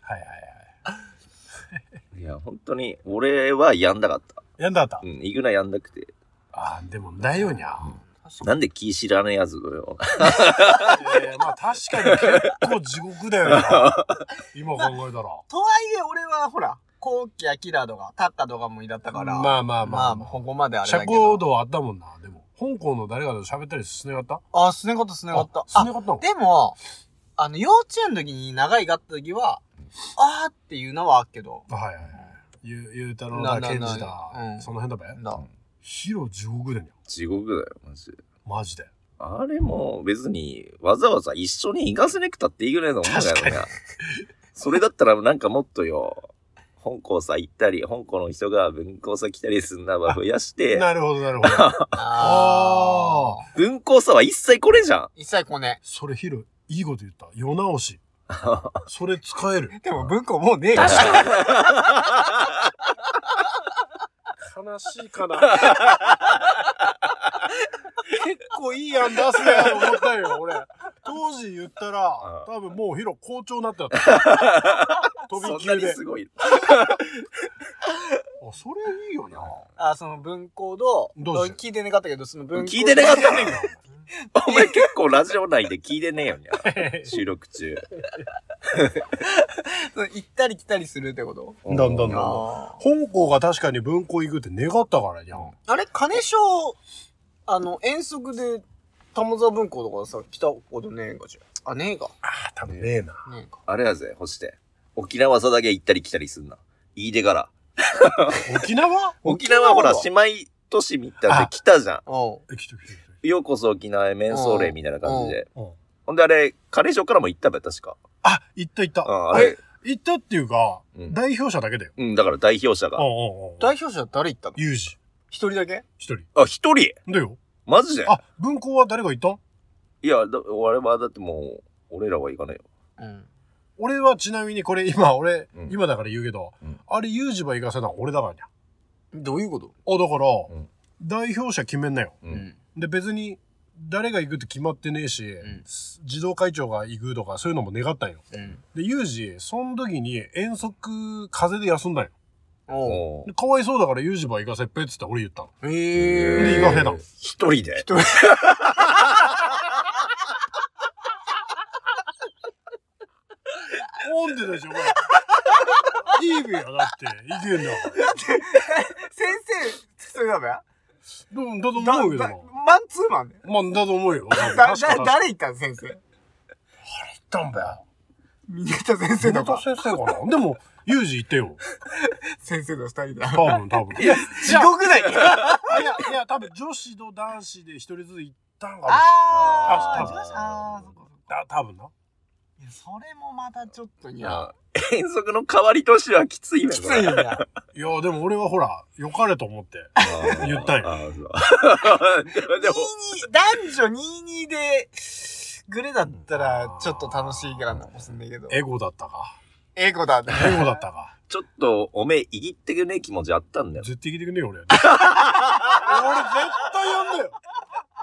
S3: はいはいはい。
S2: いや、本当に、俺はやんなかった。
S3: やんだった
S2: う。ん、行くなやんなくて。
S3: あー、でもないよにゃ。
S2: なんで気知らねえやつだよ。
S3: いやいやまあ確かに結構地獄だよ な。今考えたら。
S1: とはいえ、俺は、ほら、後期アキラとか、タッカとかもいだったから。
S3: まあまあま
S1: ま
S3: あ
S1: あ、。ここまであれ
S3: 社
S1: だけど。
S3: 交道あったもんな。でも、香港の誰かと喋ったりしなかった
S1: あ、すねかったすねかった。
S3: し
S1: あ
S3: な、かったの
S1: でも、あの、幼稚園の時に長いがあった時は、あーっていうのはあっけど。
S3: はいはいはい。ゆ、ゆうたろうだ、
S1: な
S3: ケン
S1: な
S3: ジ
S1: な
S3: だ
S1: う、ん
S3: その辺だべ
S1: だ
S2: ん
S3: ヒロ地獄だよ。
S2: 地獄だよ、マジで。
S3: マジで。
S2: あれも別にわざわざ一緒に行かせなくたっていいぐらいのもんやろ
S3: 確
S2: な。それだったらなんかもっとよ、香港さ行ったり、香港の人が文校さ来たりすんな は増やして、
S3: なるほど、なるほど。あ
S1: あ。
S3: あ。
S2: 文校さは一切来れんじゃん。
S1: 一切来ね
S3: それヒロ、いいこと言った。世 直し。それ使える。
S1: え。でも文庫もうねえよ。
S3: 悲しいかな。結構いい案出すねと思ったよ、俺。当時言ったら、多分もうヒロ校長になってた。飛
S2: そ
S3: び
S2: んな
S3: 級
S2: に
S3: で。
S2: すごい。
S3: あ、それいいよな。
S1: あ、その文庫の、
S3: どうしよう
S1: 聞いてなかったけど、その文庫
S2: 聞いてなかったね。お前結構ラジオ内で聞いてねえよにゃ。 収録中。
S1: その 行ったり来たりするってこと
S3: どんどんどん
S2: あ
S1: あ
S3: 本校が確かに文庫行くって願ったからじゃん。
S1: あれ、金賞、あの、遠足で、玉沢文庫とかさ、来たことねえかじゃん。あ、ねえか。
S3: あ、多分ねえな。
S1: ねえか。
S2: あれやぜ、干して。沖縄さだけ行ったり来たりすんな。いいでから。
S3: 沖縄
S2: 沖縄ほら、姉妹都市みたいなで来たじゃ
S1: うん。
S3: え、来て来て来て。
S2: ん。ようこそ沖縄へ面相礼みたいな感じで。
S3: うん
S2: ほんであれ、彼女からも行ったべ、確か。
S3: あ、行った行っ
S2: う
S3: た。
S2: ん、あれ、
S3: 行ったっていうか、
S2: うん
S3: 代表者だけだよ。
S2: うん、だから代表者
S3: うん
S2: が。
S3: うんうん。
S1: 代表者誰行ったの
S3: 有事。
S1: 一人だけ
S3: 一人。
S2: あ、一人
S3: だよ。
S2: マジで
S3: あ、文庫は誰が行ったん
S2: いや、だ我々はだってもう、俺らは行かないよ。
S1: うん。
S3: 俺はちなみにこれ今俺、
S2: うん
S3: 今だから言うけど、
S2: うん
S3: あれユージバ行かせたの俺だからね。
S1: どういうこと
S3: あ、だから、
S2: ん
S3: 代表者決めんなよ。
S2: う
S1: う。。
S3: で別に誰が行くって決まってねえし、
S1: ん
S3: 児童会長が行くとかそういうのも願ったんよ。
S1: うん。
S3: で、ユージ、その時に遠足風邪で休んだんよ。
S1: おう。
S2: お
S3: でかわいそうだからユージバ行かせっぺっつって俺言ったの。
S1: へ
S3: で、
S1: え。
S3: 行かせたの。
S2: 一人で
S3: なんででしょ、これ。 いいべや、だって。行けんだから。
S1: 先生、それだべだ
S3: でもだと
S1: だ
S3: 思うけどな。
S1: マンツーマンで。
S3: まあ、だと思うよ。確
S1: だ、だ、
S3: か確
S1: 誰行ったの先生。
S3: ったんだよ。
S1: 峰田先生と
S3: 船田
S1: か、
S3: 先生かなでも、ユージ行ってよ。
S1: 先生と二人だ。
S3: 多分、多分。いや、い
S1: 地獄だよ。
S3: や、いや、多分女子と男子で一人ずつ行ったんかもし
S1: あ
S3: あー
S1: ーあー、そっかそっか
S3: れない。多分な。
S1: いや、それもまたちょっと
S2: い
S1: にゃ。
S2: や、遠足の代わりとしてはきついね。
S1: きついんだ。
S3: いや、でも俺はほら、良かれと思って。言ったん
S2: よ。
S3: よ
S2: あそう。で も、
S1: 22男女22で、グレだったら、ちょっと楽しいからなもしんないけど。
S3: エゴだったか。
S1: エゴだね。
S3: エゴだったか。
S2: ちょっと、おめえ、いぎってくねえ気持ちあった んだよ。
S3: 絶対生きてくれよ、俺。俺絶対呼んだよ。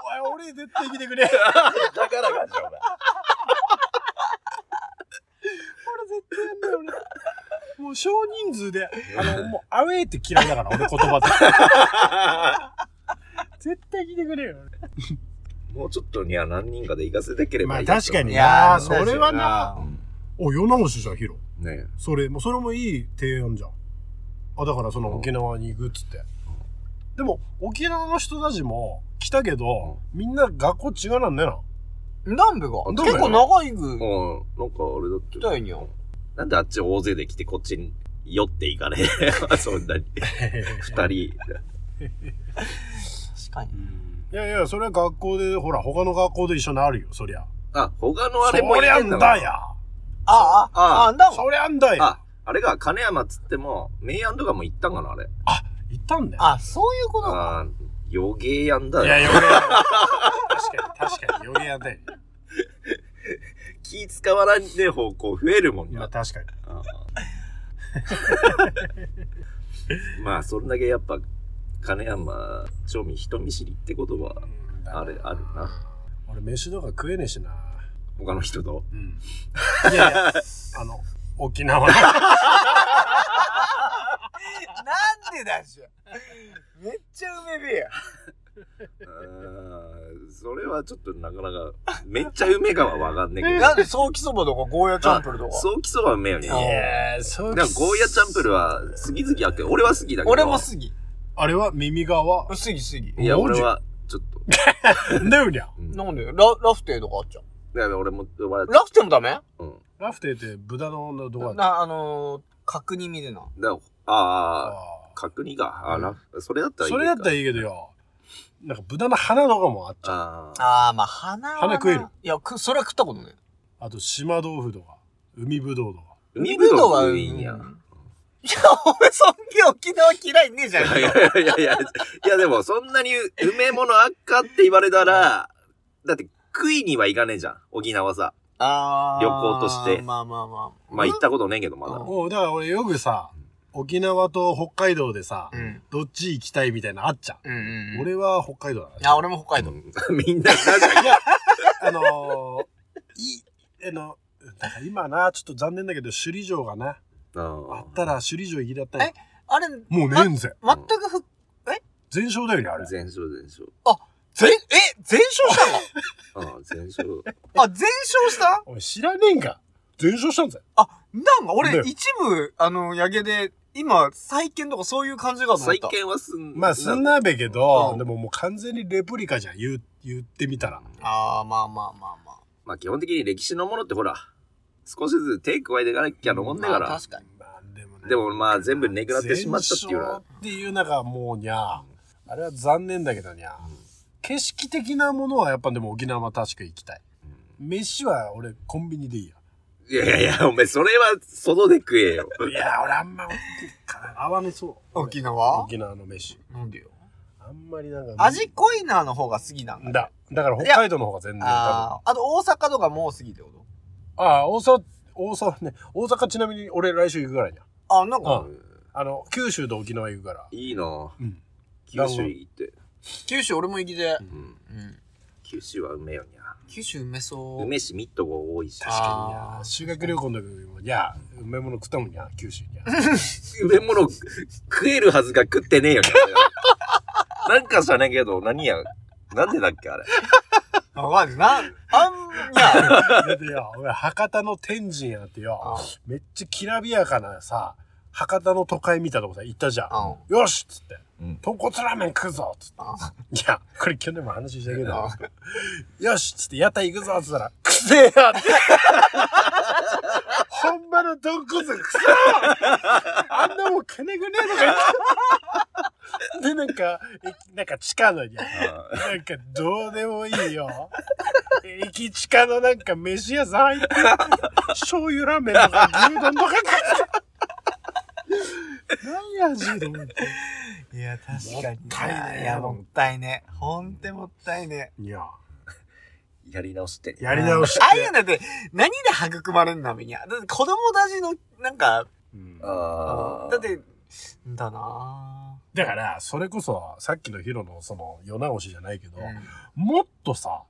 S3: おい、俺絶対生きてくれ。
S2: だからかじゃ
S3: 俺絶対やんない俺もう少人数であのもうアウェーって嫌いだから俺言 葉で絶対聞いてくれよ
S2: もうちょっとには何人かで行かせてけれ
S3: ま
S2: ば
S3: あ
S2: いい。
S3: 確かに
S1: い
S3: な
S1: やー
S3: それはな
S1: う
S3: お世直しじゃんヒロ
S2: ねえ。
S3: それもうそれもいい提案じゃんあだからその沖縄に行くっつって、でも沖縄の人たちも来たけど、みんな学校違うなんだ よ
S1: 南部
S2: 南
S1: が
S2: 部
S1: 結構長いぐ
S2: う、ん。なんかあれだって。
S1: だよにゃ。
S2: なんであっち大勢で来てこっちに酔っていかねえ。 そんなに。
S3: な
S2: 二人。
S1: 確かに。
S3: いやいやそれは学校でほら他の学校と一緒になるよそりゃ
S2: あ、他のあれも
S3: そりゃ
S2: 行って
S3: ん
S2: た
S3: だ
S2: の
S3: や
S1: ああ、あ
S2: あ
S1: あ、なんだもん。
S3: そりゃんだや
S2: あ、あれが金山っつっても、明暗とかも行ったんかな、あれ。
S3: 行ったんだよ
S1: あ、そういうことか。
S2: ああ、余計やんだ
S3: いや、
S2: よ。
S3: よげ。確かに、確かに、よげやだよね。
S2: 気使わないで方向増えるもん
S3: ま
S2: な。
S3: あ、確かに。
S2: あーまあ、そんだけやっぱ、金山、町民人見知りってことは、あれ、あるな。
S3: 俺、飯とか食えねえしな。
S2: 他の人と。
S3: うん。いやいや、あの、沖縄 の。
S1: なんでだっしょ。めっちゃうめべえや。
S2: うーんそれはちょっとなかなか、めっちゃ梅かはわかんねえけど。
S1: なんでソーキそばとかゴーヤチャンプルとか。
S2: そうきそばうめえよね。
S1: い
S3: やそ
S2: だからゴーヤチャンプルは好き好きやっけど俺は好きだけど。
S1: 俺も杉。
S3: あれは耳側。
S1: 杉杉。
S2: いや、
S3: マジ
S2: 俺は、ちょっと。
S3: なんだよりゃ。
S2: うんだ
S1: なんでララフテーとかあっちゃう。
S2: から俺も、俺は、
S1: ラフテーもダメ
S2: うん。
S3: ラフテーって豚のどこだっ
S1: な、あのー、角煮みでな。
S2: だから
S3: た
S2: ああ、
S3: あ
S2: 角煮が、あら、それだった
S3: ー
S2: らいい
S3: そ
S2: か。
S3: れだったらいいけどよ。なんか豚の鼻とかもあっちゃう。
S2: ああ。
S1: ああ、まあ、花はな
S3: 花食える
S1: いや、く、それは食ったことない。
S3: あと、島豆腐とか、海ぶどうとか。
S1: 海ぶどうは海
S2: い
S1: い
S2: い
S1: や。
S2: や。
S1: いや、俺、そんな沖縄嫌いねえじゃん。
S2: いやいやいや、いやでもそんなにうめえものあっかって言われたら、だって食いにはいかねえじゃん、沖縄さ。
S1: あー
S2: 旅行として
S1: まあまあまあ。
S2: まあ行ったことねえけど、ま
S1: う
S2: だ。
S3: もう、だから俺よくさ、沖縄と北海道でさ、
S1: うん。
S3: どっち行きたいみたいなのあっちゃ
S1: うんうん
S3: う。
S1: うん。
S3: 俺は北海道だね。
S1: あ、俺も北海道。
S2: うん みんな、なんか
S3: いや、あのー、 い、あの、だから今な、ちょっと残念だけど、首里城がな、あったら首里城行きだったんや
S1: あれ、
S3: もうねえんぜ。
S1: ま、全くふ、
S3: 全勝だよね、あれ。
S2: 全勝全勝。
S1: 全、え、全勝したの
S2: うん、全勝。
S1: あ、全勝した
S3: おい、知らねえんか。全勝したんぜ。
S1: あ、なんか俺
S3: ね、
S1: 一部、あの、やげで、今、再建とかそういう感じがと思っ
S2: 再
S1: た。
S2: 建はすん、
S3: まあ、すんなべけど、
S1: うん
S3: でももう完全にレプリカじゃん、言う、言ってみたら。
S1: ああ、まあまあまあまあ。
S2: まあ基本的に歴史のものってほら、少しずつ手加えていかなきゃ残んねえか
S1: まあ
S2: ら。
S1: 確かに。
S3: まあ、でもね
S2: でもまあ全部ねくなってしまったっていうの
S3: 全
S2: は
S3: 勝っていうのがもうにゃ、あれは残念だけどにゃ、景色的なものはやっぱでも沖縄は確か行きたい。飯は俺コンビニでいいや。
S2: いやいやいや、お前それは外で食えよ。
S3: いや、俺あんま、合わねそう。
S1: 沖縄
S3: 沖縄の飯。
S1: なんでよ。
S3: あんまりなんか。
S1: 味濃いなの方が好きなんだ。
S3: だ。だから北海道の方が全然多分。あ
S1: ああ、あと大阪とかもう好きってこと
S3: あー、大阪、大阪ね、大阪ちなみに俺来週行くからにゃ。
S1: あ、なん
S3: う
S1: か、
S3: ん。あの、九州と沖縄行くから。
S2: いいな
S3: うん。
S2: 九州行って。
S1: 九州俺も行きで。
S2: う
S1: う
S2: ん。
S1: ん。
S2: 九州はうめえよにゃ。
S1: 九州うめそう。
S2: 梅市ミットが多いし。
S1: 確かに
S3: い
S1: あ
S3: や
S1: ー
S3: 修学旅行の時も、いや、うめえもの食ったもんにゃ、九州にゃ。
S2: 梅物食えるはずが食ってねえよに ゃ。なんか知らねえけど、何や。なんでだっけあれ。
S1: わかんない。な、あんに ゃ。
S3: だってよ、俺博多の天神やって
S1: あ
S3: よ、めっちゃきらびやかなさ、博多の都会見たとこさ、行ったじゃん。
S1: あ
S3: よしっつって
S2: うん、
S3: 豚骨ラーメン食うぞっつって。
S1: あ
S3: いや、これ去年も話したけど
S1: あ、
S3: よしっつって屋台行くぞっつったら、くせえ よって。ほんまのどんこそくせえあんなもん金ぐねえのかよで、なんか、えなんか地下のにゃ、なんかどうでもいいよ。駅地下のなんか飯屋さん入って、醤油ラーメンとか牛丼とか食って。何や味でも
S1: いや、確かにな。
S3: もったいねえ
S1: いや、もったいねえ。ほんともったいね
S3: いや、
S2: やり直して。
S1: え。
S3: やり直して
S1: あ。あいうのって、何で育まれるのみにゃ。だって子供たちの、なんか、
S3: うん
S2: ああ。
S1: だっ、て、だな
S3: だから、それこそ、さっきのヒロのその、世直しじゃないけど
S1: ぁ。、うん
S3: もっとさ、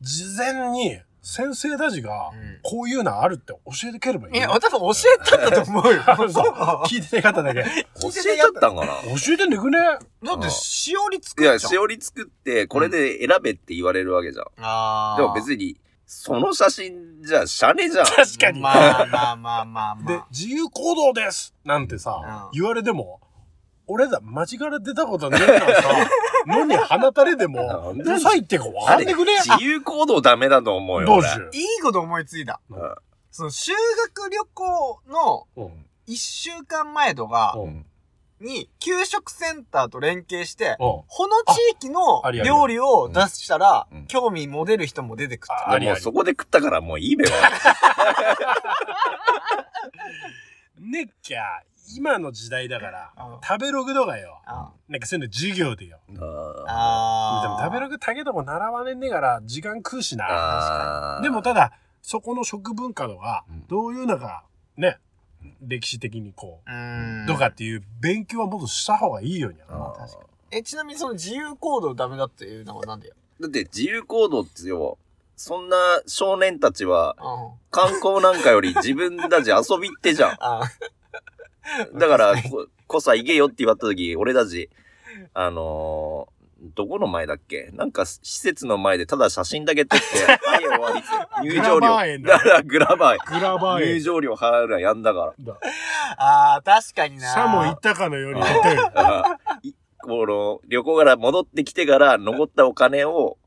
S3: 事前に先生たちが
S1: うん、
S3: こういうのあるって教えてければいい
S1: い
S3: の。
S1: や、多分教えたんだと思うよ。
S3: あのさ聞いて方だけ。
S2: 教えちゃったんかな
S3: 教えてんでく ね
S1: だって、しおり作
S2: い
S1: る
S2: や、
S1: じゃん。
S2: しおり作って、これで選べって言われるわけじゃん。
S1: あー
S2: でも別に、その写真じゃ、しゃねじゃ ん。
S3: 確かに。
S1: まあまあまあまあま
S3: で
S1: あ、。
S3: 自由行動ですなんてさ、
S1: うん
S3: 言われても、俺ら間違から出たことねえからさ、 野に放たれで
S2: な
S3: も、
S2: んで
S3: ダサいってか分か
S2: あ
S3: ん
S2: れ、
S3: ねくね
S2: 自由行動ダメだと思うよ。
S3: どう
S2: 俺
S3: しよ
S1: いいこと思いついた。
S2: うん
S1: その修学旅行の
S3: う。うん。
S1: 一週間前とか
S3: うん。
S1: に、給食センターと連携して、
S3: うん。
S1: この地域の
S3: あありあり
S1: 料理を出したら
S2: うん、
S1: 興味持てる人も出てくっ
S3: あ
S1: て。
S2: いやもうそこで食ったからもうい いべよ。
S3: ねっきゃ、今の時代だから
S1: うん、
S3: 食べログとかよ。
S1: あ
S3: なんかそういうの授業でよ。
S2: あ
S3: でも
S1: あー。
S3: 食べログけども習わねんねえから、時間食うし
S2: ー
S3: な。
S2: あー。
S3: でもただ、そこの食文化とか
S2: うん、
S3: どういうのが、ね、歴史的にこ
S1: う
S3: う、
S1: ん。
S3: とかっていう勉強はもっとした方がいいよにゃ。
S2: あー
S1: 確かえ、ちなみにその自由行動ダメだっていうのはなんでよ。
S2: だって自由行動ってよ、そんな少年たちは
S1: うん。
S2: 観光なんかより自分たち遊びってじゃん。
S1: あー
S2: だから、こ、こさ行けよって言われた時、俺たち、あのー、どこの前だっけなんか施設の前でただ写真だけ撮って、 はい終わりって入場
S3: グラバー
S2: 料。
S3: 園だ
S2: だからグラバー園
S3: グラバー
S2: 入
S3: 園
S2: 場料払うのはやんだから。
S3: だ。
S1: あー、確かにな
S3: さも行ったかのように出てる。
S2: あいこの旅行から戻ってきてから残ったお金を、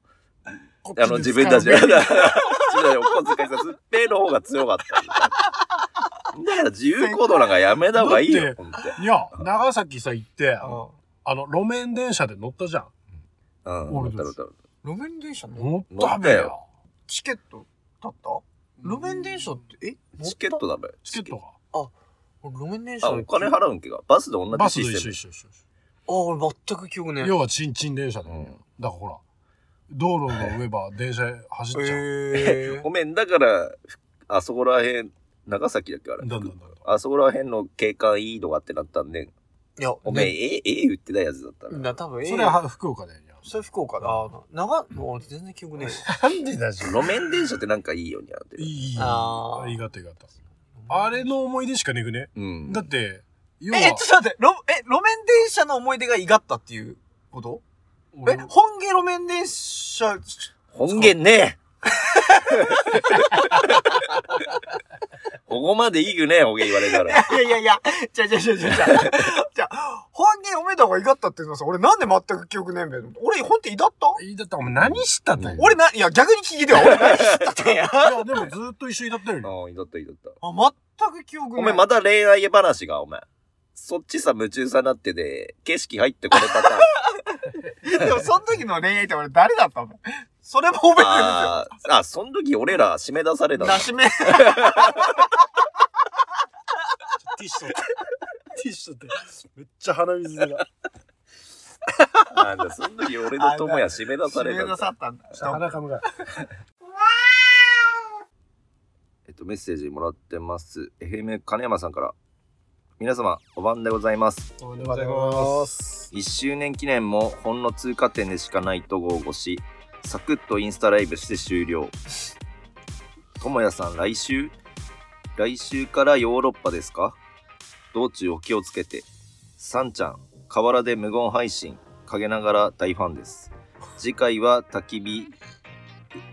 S3: こっち
S2: あ
S3: で
S2: の自分たちで、自
S3: 使う
S2: 分
S3: ね
S2: たちでお小遣いさすっぺーの方が強かったみたいな。だから自由行動なんかやめた方がいい
S3: だっ
S2: よ、
S3: て
S2: ほんと。
S3: いや、長崎さ行って、
S1: うん
S3: あの、路面電車で乗ったじゃん。
S2: うん。
S3: 俺
S2: 乗っ
S3: です
S2: た乗った乗っ
S1: 路面電車の
S3: 乗
S2: た。乗ったよ。
S1: チケットだった路面電車って、え
S2: チケットだべ。
S3: チケットが。
S1: 俺路面電車
S2: あ、お金払うんけが。バスで同
S3: バ
S2: じ
S3: スと
S2: シ
S3: 一
S2: ステ
S3: 緒
S2: ム。
S3: 一緒一緒一
S1: あ、俺全く記憶ね
S3: 緒。
S1: え。
S3: 要は、チンチン電車だよね。だからほら、道路の上ば電車走っちゃう。
S1: え
S2: ごめん、だから、あそこらへん、長崎だっけあ
S3: だ
S2: れ
S3: ん。だんだんだん。
S2: あそこらへんの景観いいのがってなったんで、
S1: ー、い や、
S2: おめえ、え、え言ってたやつだった
S1: ね、
S2: ら。
S1: な、多分、え
S3: それは福岡だよね。
S1: それ福岡だ。あー長、俺全然記憶ねえよ。
S3: なんでだし。
S2: 路面電車ってなんかいいよにゃって
S3: い。い、いい。
S1: あ
S3: あ
S1: ー
S3: りがたいがたい。あれの思い出しかねくね。
S2: うん。
S3: だって、要
S1: え、ちょっと
S3: は、
S1: 待って、路え、路面電車の思い出がいがったっていうことえ
S3: 俺、
S1: 本家路面電車、
S2: 本源 ねえここまでいいよね、ほげ言われた ら。
S1: いやいやいや、じゃじゃじゃじゃじゃ。じゃあ、本家おめだがいがったっていうのはさ、俺なんで全く記憶ねえんべよ。俺、本家いだった
S3: いいだったお前何したんだよ。
S1: 俺な、いや、逆に聞いて よ。俺何したってんや。
S3: いや、でもずっと一緒にだったよね。
S2: ああ、いだったいだった。
S1: あ、全く記憶ねえ。
S2: お前また恋愛話が、お前。そっちさ、夢中さなってて、景色入ってこれパターン。
S1: でも、その時の恋愛って俺誰だったのそれも覚えてるんですよ。
S2: あーあ、その時俺ら締め出されたの
S1: なしめ。
S3: ティッシュ取って。ティッシュ取って。めっちゃ鼻水が。
S2: あーその時俺の友也締め出さ
S1: 締
S2: れた
S1: め
S2: んだ
S1: なさったんだ。
S3: 鼻かむが。
S2: えっと、メッセージもらってます。FM 金山さんから。皆様、お晩でございます。
S3: おはよ
S1: おはようございます。
S2: 1周年記念もほんの通過点でしかないと豪語し、サクッとインスタライブして終了。ともやさん、来週来週からヨーロッパですか道中お気をつけて。さんちゃん、河原で無言配信、陰ながら大ファンです。次回は焚き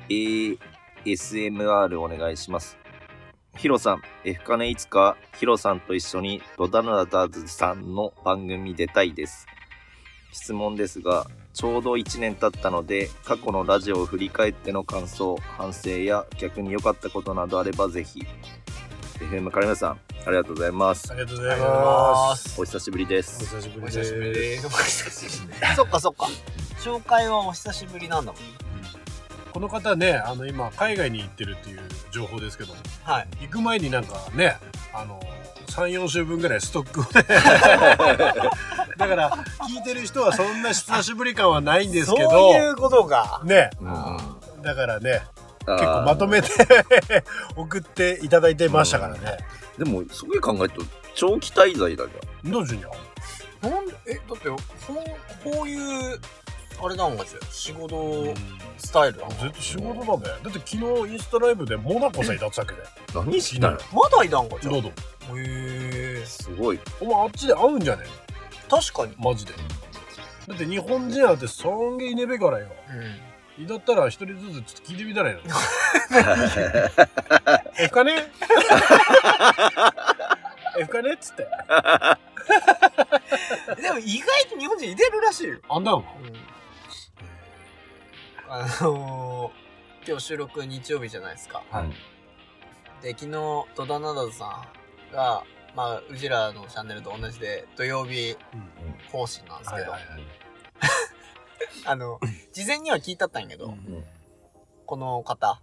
S2: 火、ASMR お願いします。ヒロさん、F カネいつかヒロさんと一緒にドダナダズさんの番組出たいです。質問ですが、ちょうど1年経ったので、過去のラジオを振り返っての感想、反省や逆に良かったことなどあればぜひ。FM カレナさん、ありがとうございます
S3: あ。りがとうござい
S1: ありがとうござい
S3: ま。
S1: ますす
S2: お久しぶりです
S3: お。 久しぶり
S1: お
S3: で。
S1: 久しぶりですす。お久しぶりです。そっかそっか。紹介はお久しぶりなんだもん。
S3: この方ね、あの今海外に行ってるっていう情報ですけども、
S1: はい。
S3: 行く前になんかね、あの3、4週分ぐらいストックをね、だから聞いてる人はそんな久しぶり感はないんですけ
S1: そうい
S3: ど、
S1: うことが。
S3: ね、
S2: 結
S3: だからね、結構まとめて 送っていただいてましたからね。
S2: でもすごい考えると長期滞在だじ
S3: どうじゅんよ。
S1: なんで、え、だって、こう、こういう、あれなんかですよ。仕事スタイルなんか
S3: ずっと仕事だね。だって昨日インスタライブでモナコさんいたっつだけで。
S2: ゃん何したの
S1: まだいたんかじゃあ。
S3: ロド。
S1: へえ。
S2: すごい
S3: お前あっちで会うんじゃね
S1: 確かに。
S3: マジで。だって日本人なんてそんげいねべからよ。
S1: うん。
S3: いだったら一人ずつちょっと聞いてみたら いいの。F かね ?F かねっつって。
S1: でも意外と日本人いてるらしいよ。
S3: あんだもん。
S1: あのー、今日収録日曜日じゃないですか。
S3: はい
S1: で、昨日、戸田ナダズさんが、まあ、うちらのチャンネルと同じで、土曜日更新なんです
S3: は
S1: け
S3: い
S1: ど、
S3: はい
S1: あの、事前には聞いたったんやけど、
S3: はい。
S1: この方、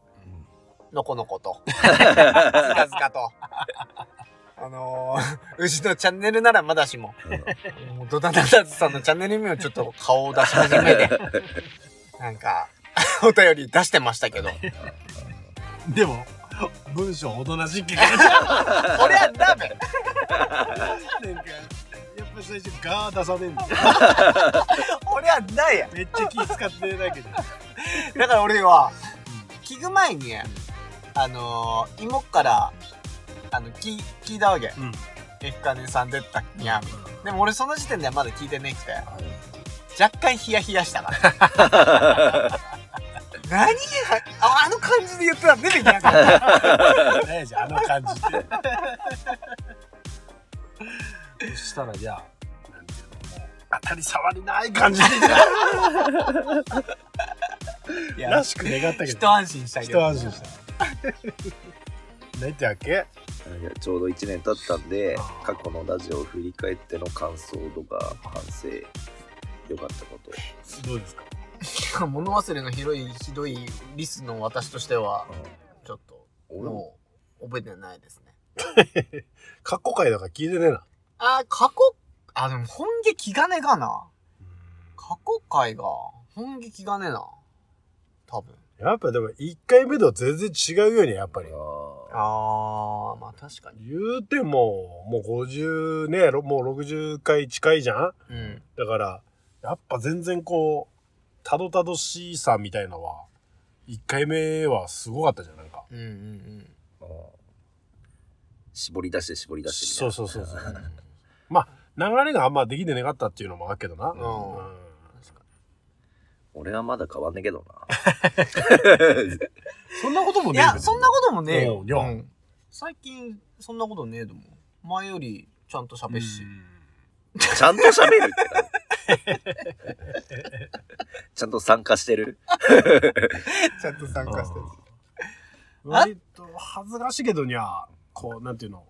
S1: のこのこと、ずかずかと。あのー、うちのチャンネルならまだしも、もうドダナダズさんのチャンネルにもちょっと顔を出し始 めて、 なんか、お便り出してましたけど、
S3: でも、文章おとなしい気がしちゃう。
S1: これはダメ
S3: なんか、やっぱ最初ガー出さねえんだよ。
S1: 俺はないや
S3: めっちゃ気使ってだけど。
S1: だから俺は聞く前にあのー、妹からあの聞聞いたわけ
S3: うん。
S1: エフカネさん出たっけにゃみたいなでも俺その時点ではまだ聞いてねくて若干ヒヤヒヤしたから 何がああの感じで言ってたんでみたいな
S3: ねえじゃんあの感じでそしたらじゃあなんていうのもう当たり障りない感じで
S1: いや
S3: らしく願った け
S1: 一
S3: ど
S1: 安心したけど
S3: 一安心した 何言ってたっけ
S2: いやちょうど1年経ったんで過去のラジオを振り返っての感想とか反省良かったこと
S3: どうですか
S1: か物忘れのひどいひどいリスの私としてはちょっと
S2: 俺も
S1: もう覚えてないですね
S3: 過去回だから聞いてねえな。
S1: あー過去あでも本気気兼ねかな過去回が本気気兼ねな多分
S3: やっぱでも1回目とは全然違うようにやっぱり。
S2: あ
S1: あーまあ確かに
S3: 言うても、もう50ね、ろもう60回近いじゃん
S1: うん
S3: だから、やっぱ全然こう、たどたどしさみたいのは、1回目はすごかったじゃん、なんか。
S1: うんうんうん
S2: ーあー絞り出して絞り出して
S3: そうそうそうそうう。まあ、流れがあんまできてなかったっていうのもあるけどな。
S2: ん
S1: うん
S3: うん
S1: 確か
S2: 俺はまだ変わんねえけど
S3: そんなこと
S1: に
S3: も
S1: い
S3: ねえ
S1: やそんなこともねえよ、
S3: うんいや
S1: うん最近そんなことねえと思う前よりちゃんと
S3: と
S1: 喋るし、
S2: なちゃんと喋るって なちゃんと参加してる
S1: ちゃんと参
S3: うん割と恥ずかしいけどにゃ、こう、なんていうの、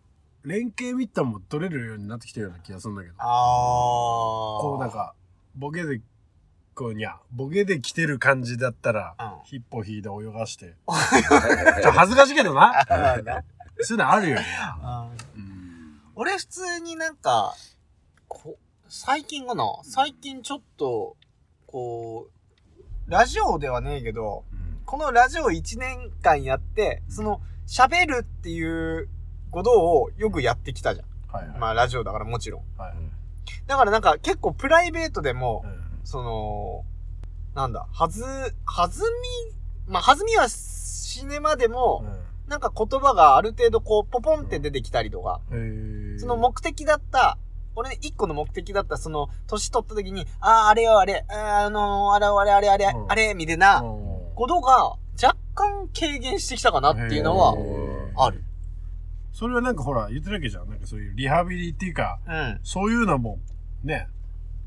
S3: 連携みったも取れるようになってきたような気がするんだけど。
S1: ああ
S3: こうなんか、ボケで、こうにゃ、ボケで来てる感じだったら、
S1: う
S3: ヒッポ引いて泳がして。 ち ょ、
S2: あ
S3: 恥ずかしいけどな。
S1: ん
S3: そういうのあるよね。
S1: うん
S3: うん。
S1: 俺普通になんか、こ最近かな最近ちょっと、こう、ラジオではねえけど、このラジオ1年間やって、その、喋るっていうことをよくやってきたじゃ
S3: はい
S1: ん。
S3: は
S1: まあラジオだからもちろん。
S3: い。はい
S1: だからなんか結構プライベートでも
S3: う、ん
S1: その、なんだ、はず、はずみ、まあはずみは死ねまでも、なんか言葉がある程度こう、ポポンって出てきたりとか、
S3: うん。へー
S1: その目的だった、俺ね、一個の目的だった、その、年取った時に、ああ、あれよ、あれ、あーあのー、あれよあれ、あれ、あれ、
S3: うん
S1: あれ、みたいうなんことが、若干軽減してきたかなっていうの
S3: へ
S1: は、
S3: ー
S1: ある。
S3: それはなんかほら、言ってるわけじゃん。なんかそういうリハビリっていうか、
S1: うん。
S3: そういうのも、ね、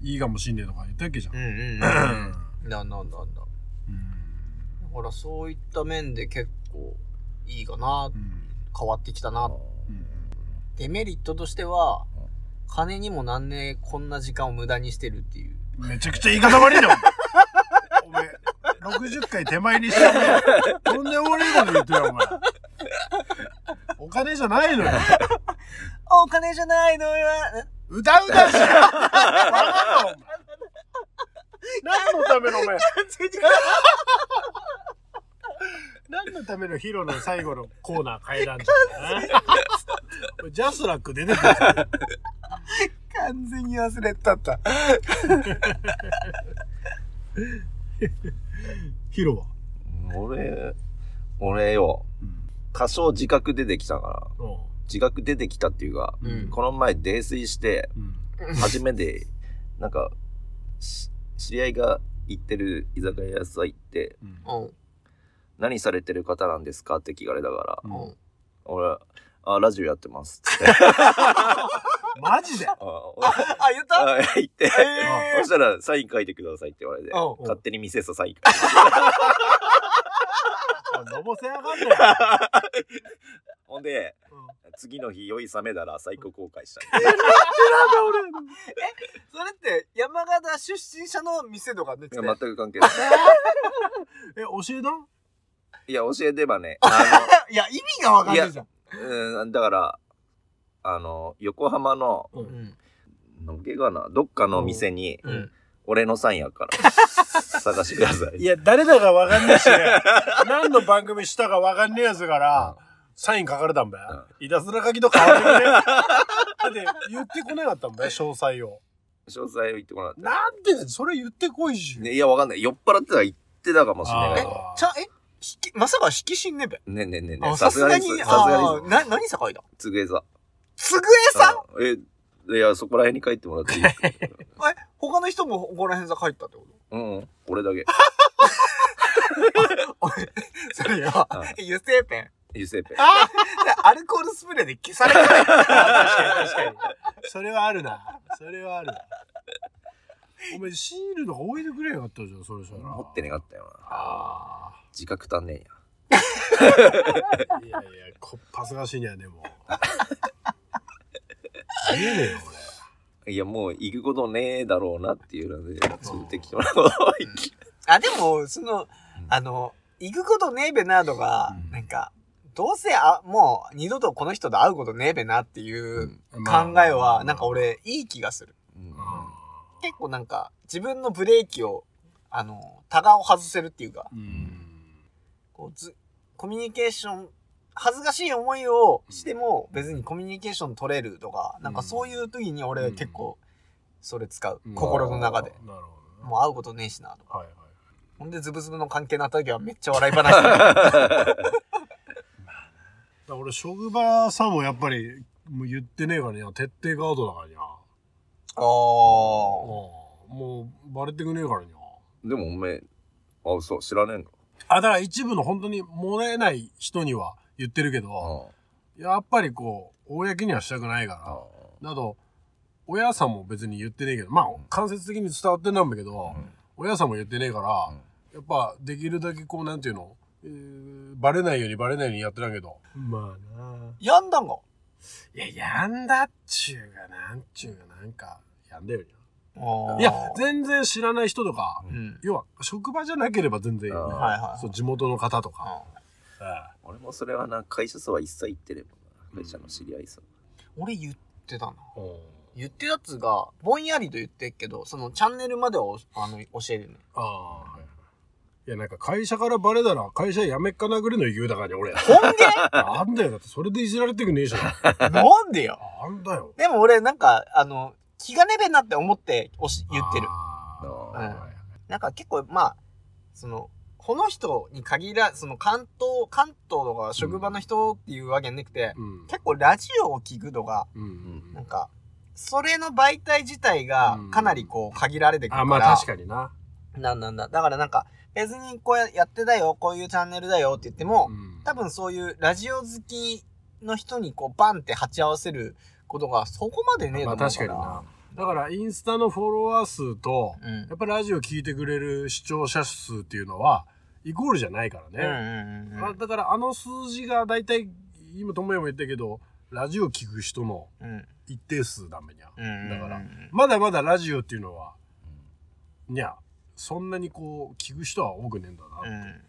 S3: いいかもしんねえとか言ってるわけじゃん
S1: う。んうんう ん。
S3: うん
S1: なんだなんだなんだ。
S3: うん
S1: ほら、そういった面で結構、いいかな、変わってきたな。デメリットとしては
S2: う、
S1: 金にもなんねえ、こんな時間を無駄にしてるっていう。
S3: うんめちゃくちゃ言い方悪いな、お前。お前、60回手前にして、お前とんでも悪いこと言ってるよ、お前。お金じゃないのよ。
S1: あお金じゃないのよ。
S3: 歌うだしバカだお前何のためのお前何のためのヒロの最後のコーナー変えらんじゃんなジャスラック出てくる
S1: 完全に忘れたった。
S3: ヒロは、
S2: 俺俺よ多少自覚出てきたから自覚出てきたっていうか
S3: うん
S1: うん
S2: この前泥酔して
S3: うん
S2: 初めて なんかし知り合いが行ってる居酒屋さん行って
S3: うん
S1: うん。
S2: 「何されてる方なんですか?」って聞かれたから
S3: う
S1: うん
S3: ん
S2: 俺「あラジオやってます」っつって
S3: マジで
S2: あ俺
S1: あ、言った
S2: あ行って
S1: え
S2: そしたら「サイン書いてください」って言われて
S1: うん
S2: 勝手に店さサイン 書いて
S3: のぼせやがんのよ
S2: ほんで
S3: うん
S2: 次の日酔い冷めたら最高後悔した
S1: それって山形出身者の店とか出て
S2: いや
S1: て、
S2: 全く関係ない
S3: え教えたん
S2: いや教えてばねあ
S1: いや、意味がわかんないじゃん。
S2: のうんだからあの横浜の
S3: う
S1: うん。
S2: のけかなどっかの店に
S1: うん。
S2: 俺のサインやから探してください
S3: いや誰だかわかんねえ し何の番組したかわかんねえやつからサイン書かれたんべ、いたずら書きと変わってくね だって言ってこなかったんべ詳細を
S2: 詳細を言ってもらって
S3: なんでだよそれ言ってこいし、
S2: ねいやわかんない酔っ払ってたら言ってたかもしれないけど
S3: あー
S1: ちゃ、え、ひきまさか引きしんねべ。
S2: ねえねえねえねえ
S1: あ
S2: さすがにさすが
S1: あ
S2: に
S1: ーな、何境だ
S2: つぐえさ
S1: つぐえさん
S2: うんえいやそこら辺に書いてもらっていいですか
S1: え、他の人もここら辺さ帰ったってこ
S2: うん俺だけ
S1: とそれは
S2: うん、
S1: え 油性ペン。
S2: 油性ペン
S1: あアルコールスプレーで消されてない。
S3: あー確かに確かにそれはあるなそれはあるなお前シールとか置いてくれよかったじゃんそれしたら
S2: 持ってねかったよな
S3: あ
S2: 自覚足んねえんや
S3: あいやいやこっぱずかしいには ねもう見えねえよ俺
S2: いや、もう行くことねえだろうなっていうので、連れてきてもらおう。
S1: あ、でも、その、あの、行くことねえべなとか、
S3: うん
S1: なんか、どうせあ、もう二度とこの人と会うことねえべなっていう考えは、なんか、俺、いい気がする。結構なんか、自分のブレーキを、あの、タガを外せるっていうか、
S3: うん。
S1: こうず、コミュニケーション、恥ずかしい思いをしても別にコミュニケーション取れるとか、なんかそういう時に俺
S3: うん
S1: 結構それ使う。
S3: うん
S1: 心の中で。
S3: なるほどね。
S1: もう会うことねえしなとか。
S3: はいはい。
S1: ほんでズブズブの関係になった時はめっちゃ笑い話だよ
S3: だから俺、職場さんもやっぱり、もう言ってねえからには徹底ガードだからにゃ。
S1: おー。
S3: もう、バレてくねえからにゃ。
S2: でもおめえ、あ、そう、知らねえんだ。
S3: あ、だから一部の本当に漏れない人には言ってるけど、やっぱりこう、公にはしたくないから、など、親さんも別に言ってねえけど、まあ、間接的に伝わってなんだけど、親さんも言ってねえから、やっぱ、できるだけこう、なんていうの、えーバレないようにバレないようにやってたけど。まあな
S1: やんだんが。
S3: いや、やんだっちゅうが、なんちゅうが、なんか、やんだより
S1: おー
S3: いや、全然知らない人とか、
S1: うん。
S3: 要は、職場じゃなければ全然いいよね、
S2: あー
S1: はいはい
S3: そう、地元の方とか。
S1: う
S2: 俺もそれはな、会社さは一切行ってればな。会社の知り合いさ。
S1: ん俺言ってたな。
S3: うん
S1: 言ってたやつが、ぼんやりと言ってっけど、そのチャンネルまではおあの教えるね。
S3: ああ、はいはい。いや、なんか会社からバレたら会社辞めっかなぐらいの勢いだからね、 俺。
S1: ほん
S3: なんだよ、だってそれでいじられてくねえじゃん。
S1: でなんでよ
S3: なんだよ。
S1: でも俺なんか、あの、気がねべなって思っておし言ってる。
S3: あー
S2: あー
S3: はいはい
S1: なんか結構、まあ、その、この人に限ら、その関東、関東とか職場の人っていうわけじゃなくて、
S3: うん
S1: 結構ラジオを聞くとか、
S3: うん
S1: なんか、それの媒体自体がかなりこう限られてくるか
S3: あ、
S1: ら、
S3: まあ確かにな。
S1: なんなんだ。だからなんか、別にこうやってたよ、こういうチャンネルだよって言っても、
S3: うん
S1: 多分そういうラジオ好きの人にこうバンって鉢合わせることがそこまでねえと思
S3: まあ
S1: うから。
S3: 確かにな。だからインスタのフォロワー数と、
S1: うん
S3: やっぱりラジオ聞いてくれる視聴者数っていうのは、イコールじゃないから
S1: うんう
S3: ね。
S1: んうんう
S3: あ
S1: ん
S3: だからあの数字が大体、今ともやも言ったけど、ラジオ聞く人の
S1: うん
S3: 一定数だめにゃ。
S1: うん。
S3: だから
S1: うんうん
S3: まだまだラジオっていうのは、にゃ、そんなにこう、聞く人は多くねえんだ
S1: う
S3: な。
S1: ん。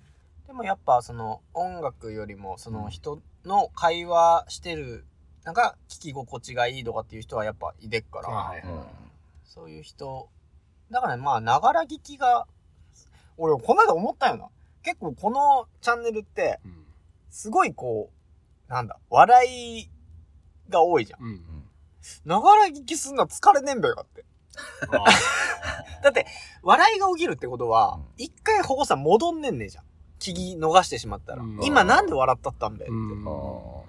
S1: でもやっぱその音楽よりもその人の会話してる、なんか聞き心地がいいとかっていう人はやっぱいでっから、
S3: はい
S1: そういう人。だからね、まあ、ながら聞きが、俺、この間思ったよな。結構このチャンネルって、
S3: うん
S1: すごいこう、なんだ、笑いが多いじゃん。
S3: うん
S1: ながら聞きすんのは疲れねえんべよって。
S3: あー
S1: だって、笑いが起きるってことは、一回保護さん戻んねんねえじゃん。聞き逃してしまったら。
S3: うん
S1: 今なんで笑ったったんべって。
S3: うん
S1: ど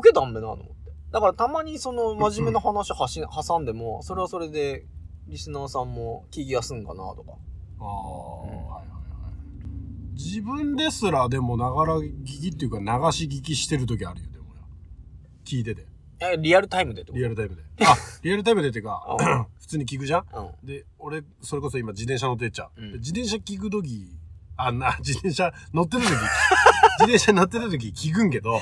S1: けたんべなと思って。だからたまにその真面目な話はし挟んでも、それはそれで、リスナーさんも聞きやすんかなとか。
S3: ああ、はいはいはい。自分ですらでもながら聞きっていうか流し聞きしてる時あるよ、でもよ聞いてて。
S1: え、リアルタイムでってこと
S3: リアルタ イムで。あ、リアルタイムでっていうか、
S1: うん
S3: 普通に聞くじゃん
S1: うん。
S3: で、俺、それこそ今自転車乗ってっちゃう。
S1: うん
S3: で自転車聞く時、あ、な、自転車乗ってる時、自 転車乗ってる時聞くんけど、
S1: うん。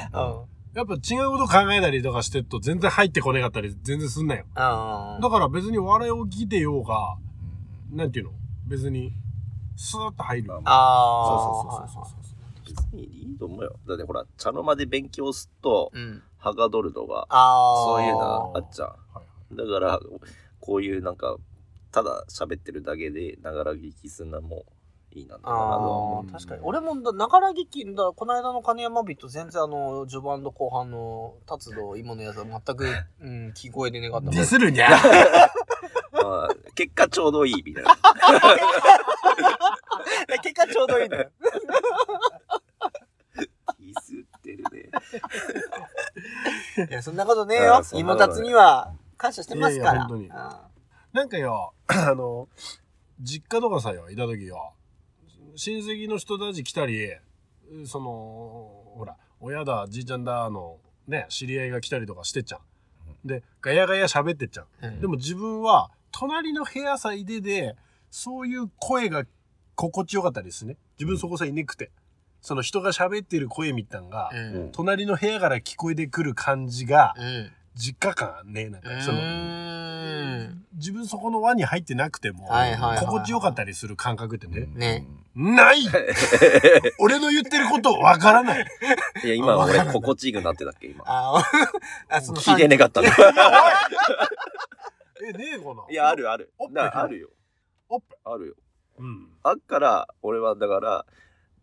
S3: やっぱ違うこと考えたりとかしてると全然入ってこねかったり全然すんなよ。
S1: うん。
S3: だから別に笑いを聞いてようが、なんていうの別に、スーッと入る。
S1: ああ。
S3: そうそうそうそうそうそう。
S2: 別にいいと思うよ。だってほら、茶の間で勉強すっと、
S1: う。うん。
S2: はがどるとか、
S1: ああ。
S2: そういうのあっちゃう。
S3: はいはい
S2: だから、こういうなんか、ただ喋ってるだけで、ながら聞きすんのもいいなってな
S1: ああ、確かに。俺もだ、ながら劇、だこの間の金山ビット、全然あの、序盤と後半の達度、今のやつは全く、うん、聞こえてねかった。
S3: ディスるにゃ
S2: まあ結果ちょうどいいみたい な。
S1: 結果ちょうどいいね。
S2: ディスってるね。
S1: いや、そんなことねえ
S2: あ
S1: よ
S2: ー。そんな
S1: 今
S2: ことね
S1: 達には感謝してますから。
S3: いやいや本当に なんかよ、あの、実家とかさよ、いた時よ、親戚の人たち来たり、その、ほら、親だ、じいちゃんだ、の、ね、知り合いが来たりとかしてっちゃう。で、ガヤガヤ喋ってっちゃう。
S1: うん
S3: でも自分は、隣の部屋さいでで、そういう声が心地よかったですね。自分そこさいなくて。その人が喋ってる声みたいなのが、
S1: うん。うん。
S3: 隣の部屋から聞こえてくる感じが、
S1: うん。
S3: 実家感ね、なんか、その、
S1: ううん。
S3: 自分そこの輪に入ってなくても、
S1: はいはいはいはい
S3: 心地よかったりする感覚ってね、
S1: ね
S3: ない 俺の言ってることわからない。
S2: いや、今俺、心地いいくなってたっけ、今。
S1: あー あ、その
S2: 聞いてねかったんだ。
S3: え、ねえかない
S2: や、あ。るある
S3: おっ。ぱい
S2: だからあるよ。
S3: おっ
S2: あるよ。
S3: うん。
S2: あっから、俺はだから、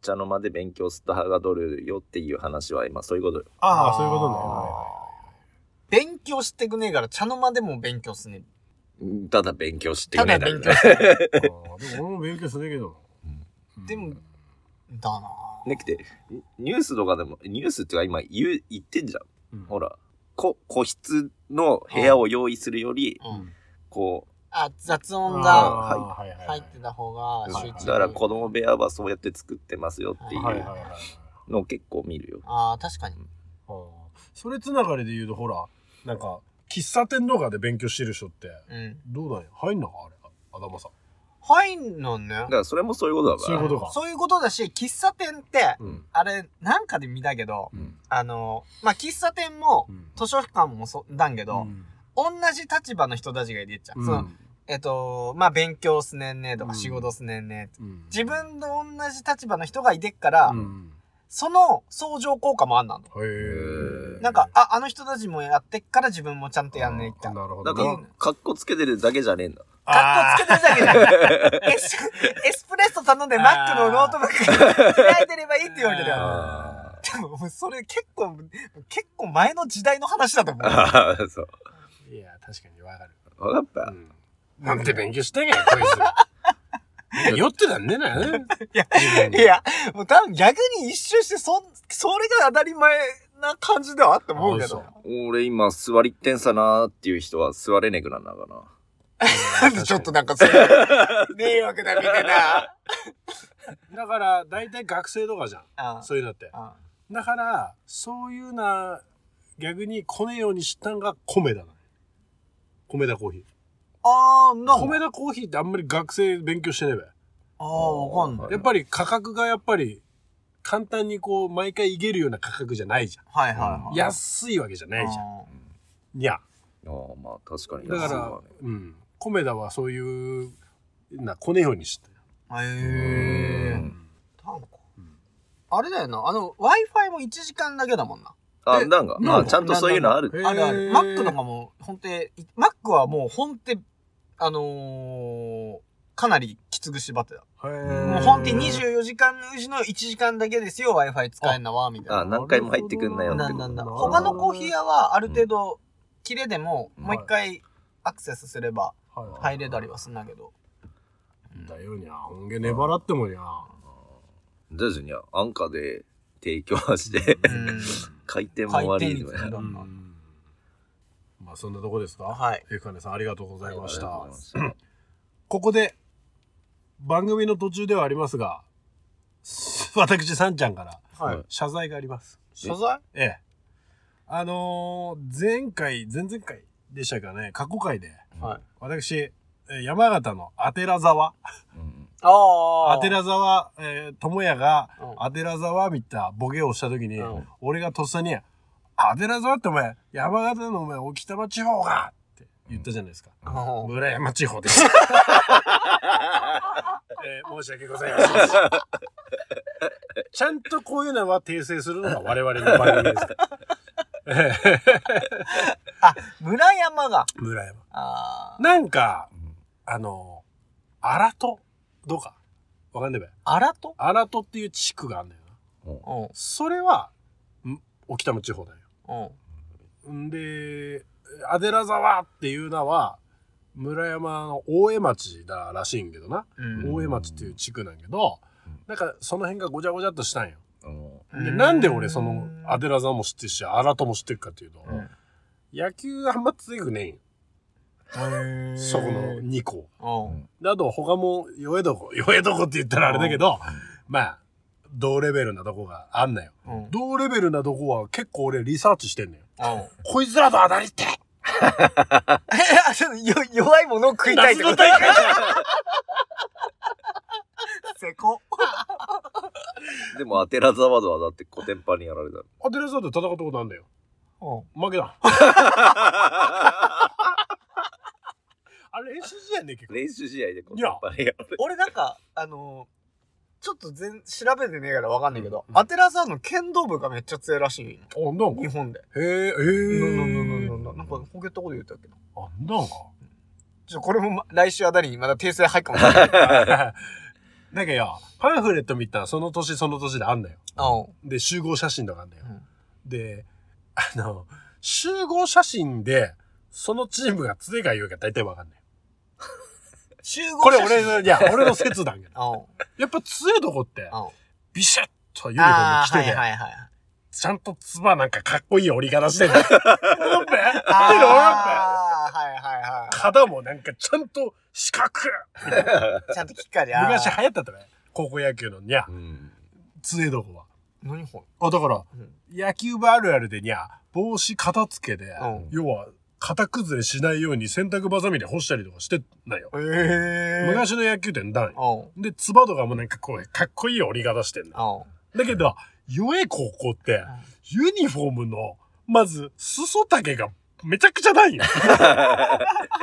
S2: 茶の間で勉強するとはが取れるよっていう話は今、そういうことよ。
S3: ああ、そういうことね。は
S1: 勉強してくねえから、茶の間でも勉強すね。
S2: ただ勉強して
S1: た
S2: くれ
S1: だ
S2: な
S1: 勉
S2: い。
S1: 強してね
S3: いはいあーでも俺も勉強するけど。うん
S1: でも、だ なぁ
S2: ねくて、ニュースとかでも、ニュースっていうか今言う、言ってんじゃん。
S3: うん
S2: ほら、こ個室の部屋を用意するより、
S1: うん。
S2: こ
S1: あ、雑音が
S3: あーはいはいは
S1: 入
S3: い
S1: ってた方が
S2: う、
S1: 集
S3: はい
S1: 中。
S2: だから子供部屋はそうやって作ってますよってい
S3: はいはいうはいはい。
S2: のを結構見るよ。
S1: ああ、確かに。
S3: あーそれつながりで言うと、ほら、なんか、喫茶店とかで勉強してる人って、
S1: うん。
S3: どうなんや入んのかあれ、あ頭さん。
S1: 入んのね
S2: だか。らそれもそういうことだか
S3: そうい
S2: ら。
S3: うことか。
S1: そういうことだし、喫茶店って、
S3: うん。
S1: あれ、なんかで見たけど、
S3: うん。
S1: あの、まあ、喫茶店も、図書館もそうなんけど、
S3: うん
S1: 同じ立場の人たちがいるじゃん。
S3: うん
S1: そのえっと、まあ、勉強すねんねとか、
S3: うん
S1: 仕事すねんね
S3: うん
S1: 自分と同じ立場の人がいてっから、
S3: うん
S1: その相乗効果もあんなの。
S3: へえ。
S1: なんか、あ、あの人たちもやってっから自分もちゃんとやんねえって
S3: あー。なるほ
S2: だ
S3: ど
S2: か
S3: ね。
S2: ら、かっこつけてるだけじゃねえんだ。
S1: カッコつけてるだけじゃない。エスエスプレッソ頼んでマックのノートバッグ開いてればいいっていうわけだよ。
S2: あ
S1: でも、もうそれ結構、結構前の時代の話だと思う。
S2: あー、そう。
S3: いや、確かにわかる。
S2: わかった。
S3: なんて勉強してんや、こいつ。酔ってたんねえなよね。
S1: いや、もう多分逆に一周して、そん、それが当たり前な感じではあって思うけど。
S2: 俺今、座りってんさなーっていう人は座れねえくなんなかな。
S1: なんでちょっとなんかそれ、迷惑だみたいな。
S3: だから、大体学生とかじゃん。
S1: あ
S3: そういうのって。
S1: あ
S3: だから、そういうな、逆にこねようにしたんが米だな。米田コーヒー。
S1: あー、な
S3: 米田コーヒーってあんまり学生勉強してねえべ。
S1: ああ、わかんない。
S2: はい
S3: やっぱり価格がやっぱり、簡単にこう、毎回いけるような価格じゃないじゃ
S1: はいはいは
S3: ん。
S1: い。
S3: 安いわけじゃないじゃん。
S1: あ
S3: いや。
S2: ああ、まあ確かに
S3: だ
S2: 安い
S3: から
S2: わね。、
S3: うん。米田はそういう、な、こねようにして。
S1: ー。
S2: う
S1: へえ。
S2: ん
S1: なんか
S3: うん
S1: あれだよな、あの、Wi-Fi も1時間だけだもんな。
S2: あ、
S1: え
S2: なんか、
S1: な
S2: ま
S1: ん
S2: あ
S1: か
S2: ちゃんとそういうのある。
S3: へー
S1: あるある。マックとかも、ほんて、いマックはもうほんて、あのー、かなりきつく縛ってた。
S3: へー
S1: もうほんて24時間のうちの1時間だけですよ、Wi-Fi 使えんなわ、みたい
S2: あ、
S1: な。
S2: 何回も入ってくんなよ
S1: な
S2: っ
S1: んだ
S2: てこと
S1: なんだ。
S3: なるほど
S1: 他のコーヒー屋はある程度、切れでも、もう一回アクセスすれば入れたりはすんだけど。
S3: だよにゃ。本家粘らってもにゃ。
S2: 徐々に安価で提供はして、
S1: うん。
S2: 回転
S1: 回
S2: も悪
S1: 転
S2: い
S1: 率
S2: の
S1: が
S2: や。
S1: ど
S3: うん
S1: どん。
S3: んまあそんなとこですか
S1: はい。
S3: えかねさんありがとうございまし
S2: ありがとう
S3: た
S2: ご。ざいまし
S3: ここで、番組の途中ではありますが、 私、さんちゃんから
S1: はい
S2: うん。
S3: 謝罪があります。
S1: 所在
S3: ええ。あのー前回、前々回でしたかね、過去回で、
S1: はい。
S3: 私、えー山形のアテラ沢、
S2: たうん
S1: ああ。
S3: アテラ沢、えー、智也が
S1: うん
S3: アテラ沢みたいなボケをした時に、
S1: うん
S3: 俺がとっさに、アテラ沢ってお前、山形のお前、沖玉地方がって言ったじゃないですか。
S1: うん
S3: 村山地方 です。えー申し訳ございません。ちゃんとこういうのは訂正するのが我々の番組で すから。
S1: あ、村山が。
S3: 村山。
S1: あー
S3: なんか、あの、荒戸どうか。わかんねえべ。
S1: 荒戸
S3: 荒戸っていう地区があんだよな。
S1: うん。
S3: それは、ん沖玉地方だよ。
S1: うん。
S3: んで、アデラ沢っていうのは、村山の大江町だらしいんけどな。
S1: うん
S3: 大江町っていう地区なんやけど
S2: うん、
S3: なんかその辺がごちゃごちゃっとしたんよ。
S2: うん
S3: でなんで俺そのア
S1: デ
S3: デラザも知ってるし、アラトも知ってるかっていうと、
S1: うん
S3: 野球あんま強くねえんよ。そこの2校。
S1: うん。
S3: であと他も弱えどこ、 弱えどこって言ったらあれだけど、まあ、同レベルなとこがあんなよ。
S1: うん。うん。
S3: 同レベルなとこは結構俺リサーチしてんのよ。
S1: あ
S3: こいつらと当たりって
S1: ちょっとよ弱いものを食いたいってこと
S3: 夏の大会
S1: せこ。
S2: でも、アテラザワードはだってコテンパンにやられた。
S3: アデラザと戦ったことあんだよ。
S1: うん。
S3: 負けた。あ練習試合ね、結構。
S2: 練習試合でこのバレーやる。
S1: 俺なんか、あのー、ちょっと全、調べてねえからわかんないけど、
S3: うん
S1: アテラさんの剣道部がめっちゃ強いらしい。
S3: あ、なんか
S1: 日。本で。
S3: へえ、え
S1: な
S3: ー。
S1: なななななんか、こげたこと言ったけど。
S3: あ、なんか。
S1: ちょ、これもま来週あたりにまだ訂正入っかもしれない。
S3: なん かよ、パンフレット見たらその年その年であんだよ。
S1: あうん
S3: で、集合写真とかあんだよ。
S1: うん
S3: で、あの、集合写真で、そのチームが強いか弱いか大体わかんない。
S1: 集合
S3: これ
S1: 写
S3: 俺
S1: 真
S3: の、いや、俺の切断やな。
S1: あうん
S3: やっぱ強いとこって、
S1: あうん
S3: ビシャッとユニフォーム
S1: あー
S3: 着て
S1: は
S3: て、
S1: いはいはい。
S3: ちゃんとツバなんかかっこいい折り方して る。ロンペ
S1: あ
S3: ロンペ
S1: ーはいはいは
S3: 肩もなんかちゃんと四角
S1: い。ちゃんときっかり。あー
S3: 昔流行ったとね。高校野球のにゃ、
S2: うん。
S3: 強いとこは。
S1: 何こ
S3: あ、だから、
S1: れ
S3: 野球部あるあるでにゃ、帽子片付けで、
S1: うん
S3: 要は、型崩れしないように洗濯バサミで干したりとかしてないよ。
S1: うん。ええ。
S3: 昔の野球ってんだんよ。
S1: あうん。
S3: で、つばとかもなんかこう、かっこいい折り方してんだ。
S1: あうん。
S3: だけど、弱え高校って、ユニフォームの、まず、裾丈がめちゃくちゃな いよ。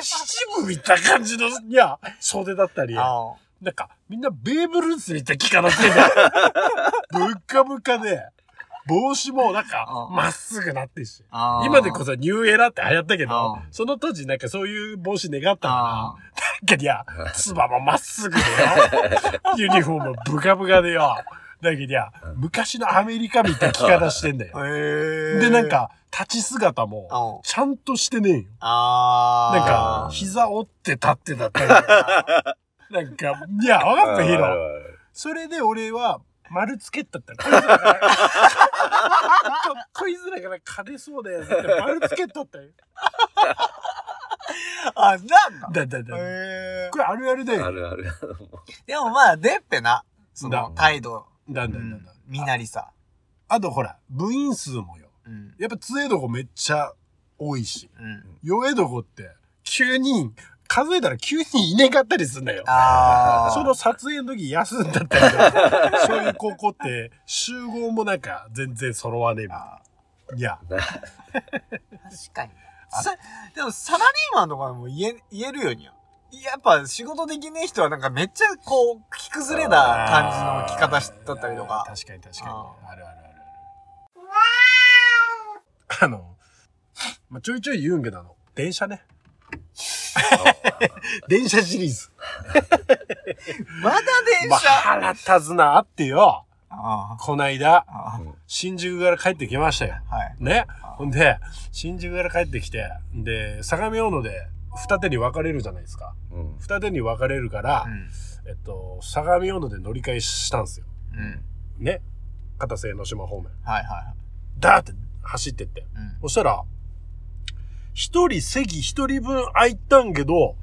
S3: 七分いった感じの、いや、袖だったり、
S1: あ
S3: なんか、みんなベーブ・ルースみたいな着方してん だよ。ぶっかぶかで、帽子もなんか、
S1: うん
S3: まっすぐなってるし。
S1: あ
S3: 今でこそニューエラーって流行ったけど
S1: あ、
S3: その当時なんかそういう帽子願った
S1: あ
S3: かけどいや、つばもまっすぐ でよ。ユニフォームブカブカでよ。だけどいや、昔のアメリカみたいな着方してんだよ。
S1: ええ。
S3: で、なん、か、立ち姿も、
S1: あうん。
S3: ちゃんとしてねえよ。
S1: あー
S3: なんか、膝折って立ってたったりとかなんか、いや、わかった、ヒーロー。それで俺は、丸つけったって。 こいつらがこいつらから枯れそうだやつって丸つけったったよ。
S1: あ、なんだ
S3: だだだ。
S1: ええ
S3: こ。れあるあるだ
S2: あ
S3: よ。
S2: るある。
S1: でもまあ、でっぺな。その
S3: だ
S1: 態度。
S3: だん
S1: う
S3: だんだ
S1: ん
S3: んだん。
S1: 身なりさ。
S3: あとほら、部員数もよ。
S1: うん。
S3: やっぱ強いとこめっちゃ多いし、
S1: うん。
S3: 弱いとこって9人、数えたら9人いねかったりすんだよ。
S1: ああ。
S3: その撮影の時休んだったりとか、そういう高校って集合もなんか全然揃わねえみたい
S1: あ
S3: な。いや、
S1: ー確かに。さ、でもサラリーマンとかでも言え、言えるようには。やっぱ仕事できねえ人はなんかめっちゃこう、着崩れた感じの着方しだったりと
S3: あ
S1: か。
S3: ー確かに確か
S1: う
S3: にあるあるあるあの、まあ、ちょいちょい言うんけどあの電車ね電車シリーズ
S1: まだ電
S3: まあ、
S1: 車
S3: 腹立つなあってよ
S1: あ
S3: こないだ
S1: あ。あ
S3: 新宿から帰ってきましたよ
S1: あ。はい。
S3: ねほんで新宿から帰ってきてで相模大野で二手に分かれるじゃないですか
S2: うん。
S3: 二手に分かれるから、
S1: うん。
S3: えっと相模大野で乗り換えしたんですよ
S1: うん。
S3: ね片瀬江ノ島方面
S1: はいは
S3: ダーって走ってって
S1: い。うん。
S3: そしたら、一人席一人分空いたんけど、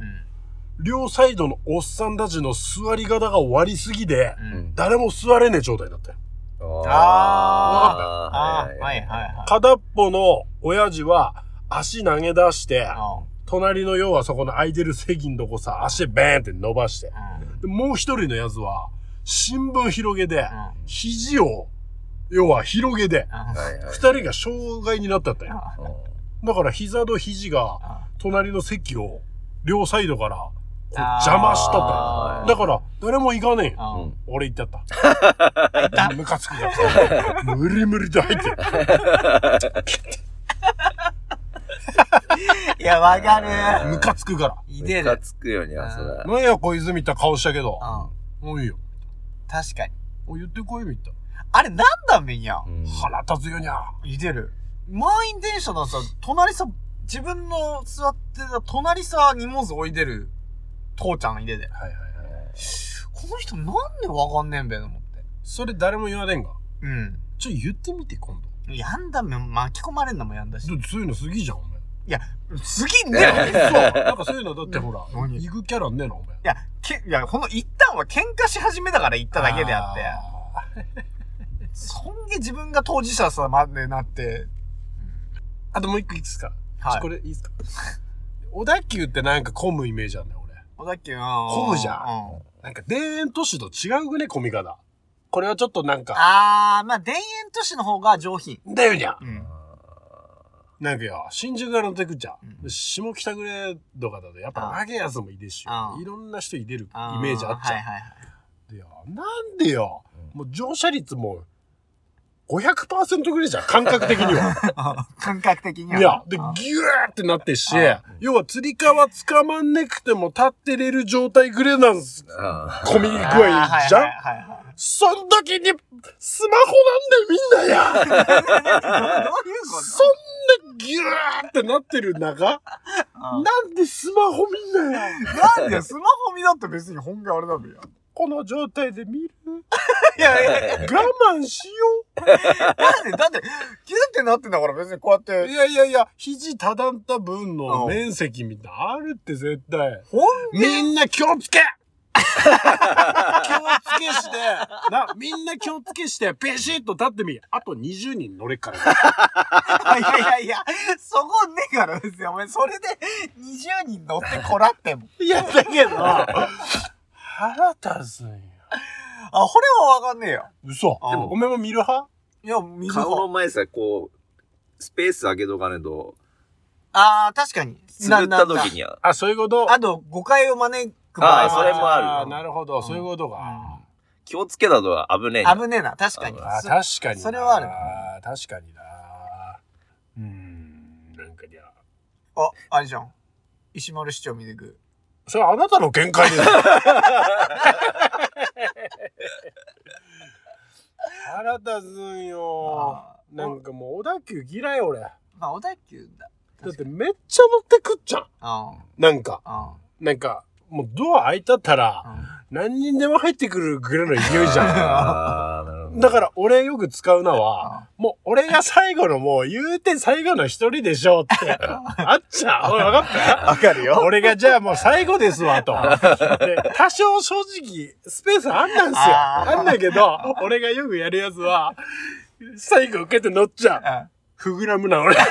S1: う
S3: 両サイドのおっさんたちの座り方が悪りすぎ
S1: ん。
S3: で、
S2: う
S1: うん
S2: ん。
S3: 誰も座れねえ状態だったよ。
S1: ああ
S2: あー
S1: ー、はいはいはい。
S3: 片っぽの親父は足投げ出して、
S1: あ
S3: 隣の要はそこの空いてる席のとこさ、足ベーンって伸ばして。
S1: あ。うん。
S3: でもう一人のやつは、新聞広げ
S1: う、
S3: で
S1: ん。
S3: 肘を、要は広げで、
S1: あ
S2: はいはい。
S3: 二人が障害になったったよ。
S1: あ。
S2: うん
S3: だから膝と肘が、
S1: あ
S3: 隣の席を両サイドからこう
S1: あー
S3: 邪魔したと。
S2: あー
S3: だから誰も行かねえよ。
S1: あ
S2: うん
S3: 俺行っちゃった。
S1: あ。いた。
S3: ムカつくから。無理無理で入ってる。
S1: いや、わかる。
S3: ムカつくから。
S1: いで
S2: ム
S1: る
S2: カ。つくよにはそれは。
S3: なんや小泉って顔したけど。
S1: う
S3: もういいよ。
S1: ん。確かに。
S3: お言ってこいよ言った。
S1: あれ、なんだめんや。
S2: うん
S3: 腹立つよにゃ。
S1: いでる。満員電車のさ、隣さ、自分の座ってた隣さ、荷物置いてる、父ちゃんいでて。
S3: はいはいはい。
S1: この人なんでわかんねえんべと思って。
S3: それ誰も言わねえんが。
S1: うん。
S3: ちょ、言ってみて今度。
S1: やんだめん、巻き込まれんのもやんだし。
S3: だってそういうのすぎじゃん、お前。
S1: すぎんねえ
S3: そう。なんかそういうのだってほら、
S1: 何
S3: 行くキャラねえの、お前。
S1: いや、け、いや、この一旦は喧嘩し始めたから言っただけであって、
S3: て。
S1: そんげ自分が当事者さまでなって、
S3: あともう一個いいですか
S1: はい。
S3: これいいっすか 小田急ってなんか混むイメージあんだよ、俺。
S1: 小田急、うん。
S3: 混むじゃん
S1: うん。
S3: なんか田園都市と違うくね、混み方。これはちょっとなんか、
S1: あー、まあ、田園都市の方が上品。
S3: だよにゃ
S1: うん。
S3: なんかよ、新宿から乗ってくじゃん。
S1: うん
S3: 下北グレーとかだと、やっぱ投げやつもいでっし
S1: あ
S3: ょ。
S1: ー
S3: いろんな人いでるイメージあっちゃう。
S1: はいはいはい。
S3: でよなんでよ、もう乗車率も500%ぐらいじゃん、感 覚的には。
S1: 感覚的には。
S3: いや、で、ギ
S1: あ
S3: ューってなってっし
S1: あ、
S3: 要は釣り革捕まんなくても立ってれる状態ぐらいなんす。
S2: あ
S3: 込みに
S1: ー
S3: 行くわいいじゃん、
S1: はいはいはいはい
S3: そん時に、スマホなんだよ、みんなや
S1: どういうこ
S3: そんなギューってなってる中、
S1: と
S3: なんでスマホみんなや
S1: なんでスマホ見だって別に本業あれだべよ。
S3: この状態で見る
S1: いやいや、
S3: 我慢しよ
S1: なんで、だって、キュってなってんだから別にこうやっ
S3: う。い
S1: て、
S3: やいやいや、肘ただんだ分
S1: う
S3: の
S1: ん
S3: 面積みたいなあるって絶対。
S1: 本
S3: みんな気をつけ 気をつけして、な、みんな気をつけして、ペシッと立ってみ。あと20人乗れっから。
S1: いやいやいや、そこねえからですよ。お前、それで20人乗ってこらっても。
S3: いや、だけど、腹立つんよ。
S1: あ、これはわかんねえよ。
S3: 嘘。
S1: あ
S3: でも、おめも見る派
S1: いや、水
S2: ー
S1: か
S2: 顔の前さこうスペース開けとかねと
S1: ああ、確かに。
S2: つぶった時
S1: に。
S2: には
S3: あ、そういうこと
S1: あと、誤解を招く場合
S2: あーそれもある
S3: なるほど、そういうことか。
S2: 気をつけたとは危ねえんや
S1: 危ねえな、確かに。
S3: あ、
S1: そ
S3: 確かにな。
S1: それはある
S3: あー確かにな。うーん、なんかじゃあ。
S1: あ、あれじゃん。石丸市長見てく。
S3: それあなたの限界です よ。腹立つんよ。
S1: あー
S3: なんかもう小田急嫌い俺。だ
S1: まあ、小田急だ。
S3: ってめっちゃ乗ってくっじゃん。
S1: あ
S3: なんか、
S1: あ、
S3: なんか、もうドア開いたったら
S1: あ
S3: 何人でも入ってくるぐらいの勢いじゃん。
S2: あー な るほど
S3: だから俺よく使うのは、もう俺が最後のもう言うて最後の一人でし ょって。あっちゃん、おい、分かった
S1: あ。わかるよ。
S3: 俺がじゃあもう最後ですわと。 で多少正直スペースあんなんすよ。
S1: あ
S3: あ
S1: ー
S3: んだけど、俺がよくやるやつは、最後受けて乗っちゃう。
S1: あ
S3: フグラムな俺。わ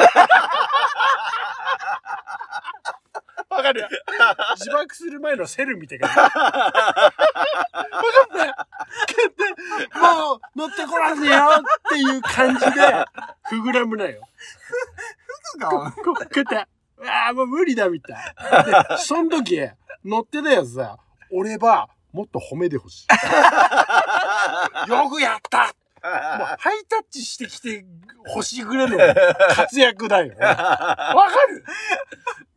S3: かる 自爆する前のセル見てから。わかったもう乗ってこらんねよっていう感じで、フグラムなよ。こうこうやって、ああ、もう無理だみたい。で、その時、乗ってたやつさ、俺は、もっと褒めてほしい。よくやったもうハイタッチしてきてほしいぐらいの活躍だよ。わかる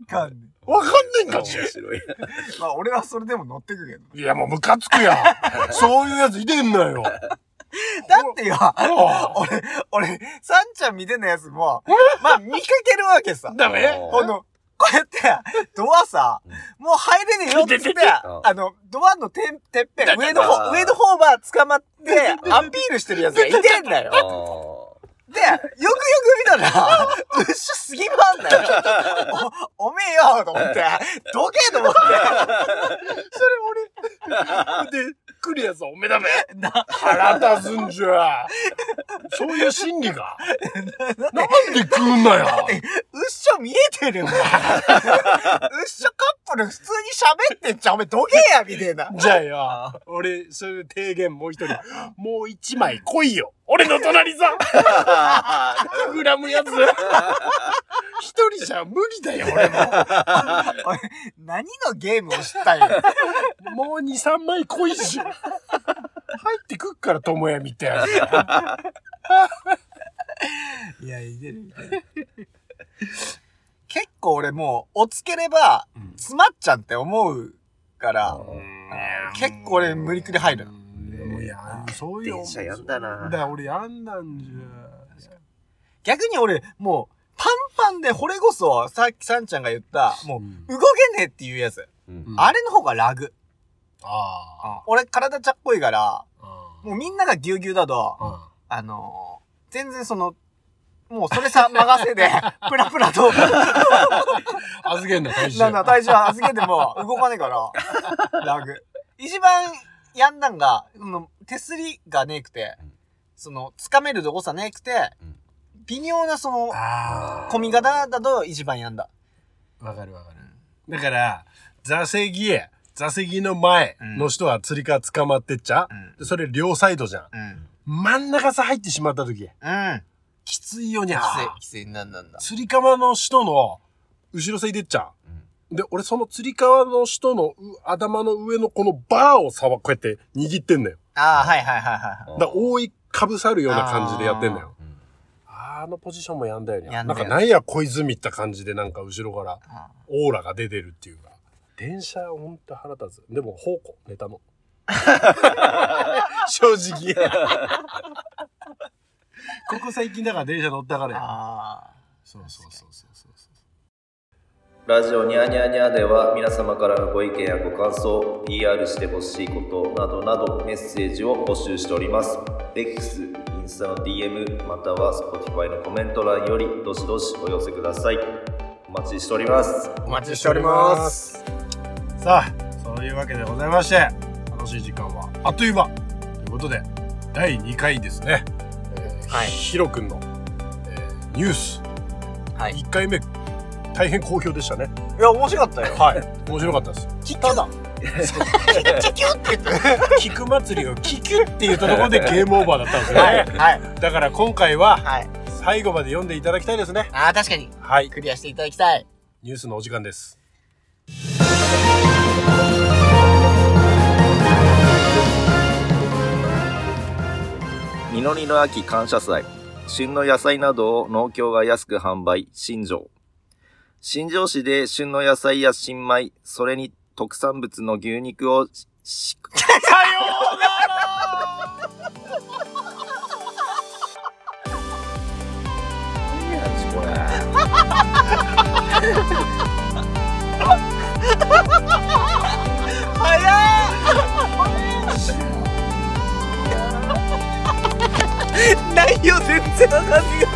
S1: かんね
S3: わかんねえんか
S2: 面
S3: ちゅう
S2: 白い
S1: えまあ、俺はそれでも乗ってくけど。
S3: いや、もうムカつくや ん。そういうやついてんのよ。
S1: だってよ、
S3: あ
S1: 俺、俺、サンちゃん見てのやつも、まあ見かけるわけさ。
S3: ダメ
S1: この、こうやって、ドアさ、もう入れねえよってって、あの、ドアのてんてっぺん、上の方、上の方ば捕まって、アピールしてるやつがいてんだよ
S2: あ。ー
S1: で、よくよく見たら、うっしょすぎまんだよ。お、おめえよと思って、どけと思っ
S3: それ俺。で、来るやつはおめだめ。
S1: て、な、
S3: 腹立つんじゃ。そういう心理が。なんで来んなよ。
S1: うっしょ見えてるんだよ。うっしょカップル普通に喋ってんじゃん。おめえどけやみてえな。
S3: じゃあよ、俺、それ提言もう一人、もう一枚来いよ。俺の隣さ、ググラムやつ。一人じゃ無理だよ、俺
S1: おい何のゲームをしたいの
S3: も。もう二、三枚来いし。入ってくっから、友也みたいな。
S1: いや、いけるいける。結構俺もう、おつければ、詰まっちゃうって思うから、結構俺無理くり入る。
S3: いや、そういう。
S2: 電車やんだな
S3: だ、俺やんだんじゃ。
S1: 逆に俺、もう、パンパンで、これこそ、さっきさんちゃんが言った、も
S3: うん
S1: う、動けねえっていうやつ。
S2: うん
S1: あれの方がラグ。
S3: あ
S1: 俺、体ちゃっこいから、
S3: あ。
S1: もうみんながぎゅうぎゅうだと、
S3: あ
S1: あのー、全然その、もうそれさ、任せで、プラプラと、
S3: 預けんな、大事。
S1: なんだ、体重預けても動かねえから、ラグ。一番やんだんが、その手すりがねえくて
S2: うん、
S1: その、掴めるとこさねえくて
S2: うん、
S1: 微妙なその、
S3: ああ。
S1: 込み方だと一番やんだ。
S3: わかるわかる。だから、座席へ、座席の前の人は釣りか捕まってっちゃ、
S1: うん
S3: でそれ両サイドじゃん。
S1: うん。
S3: 真ん中さ入ってしまった時、
S1: うん。
S3: きついよにゃ。
S1: 規制、規制なんなんだ。
S3: 釣り革の人の後ろ背でっちゃう。で、俺その釣り革の人のう頭の上のこのバーをさば、こうやって握ってんだよ。
S1: ああ、はいはいはいは
S3: だから覆いかぶさるような感じでやってんだよ。
S2: うん
S3: あのポジションもやんだよね。
S1: やん
S3: な
S1: だ
S3: ん
S1: よ
S3: かなんや小泉った感じでなんか後ろから
S1: いはい。
S3: オーラが出てるっていうか。電車ほんと腹立つ。でも宝庫、ネ タの。正直。ここ最近だから電車乗ったからや。
S1: あ
S3: そうそうそうそうそうそう。
S2: ラジオニャーニャーニャーでは皆様からのご意見やご感想、PR してほしいことなどなどメッセージを募集しております。X、インスタの DM または Spotify のコメント欄よりどしどしお寄せください。お待ちしております。
S1: あ。お
S3: お
S1: 待ちしております。。
S3: さあ、そういうわけでございまして、楽しい時間はあっという間ということで、第2回ですね。えー
S1: はい
S3: ヒロ君の、えーニュース、
S1: はい。い
S3: 1回目、大変好評でしたね。
S1: や、面白かったよ。
S3: はい。面白かったです。ただ、
S1: キュキュって言って。
S3: 菊祭りがキキュって言ったところでゲームオーバーだったんですよ
S1: はい。
S3: ね。
S1: はい。
S3: だから今回は
S1: はい。
S3: 最後まで読んでいただきたいですね。
S1: ああ、確かに。
S3: はい。
S1: クリアしていただきたい。
S3: ニュースのお時間です。
S2: 実りの秋感謝祭。旬の野菜などを農協が安く販売、新庄。新庄市で旬の野菜や新米、それに特産物の牛肉をしし
S3: さようなら
S2: これ。
S1: 早い内容全然わかんない。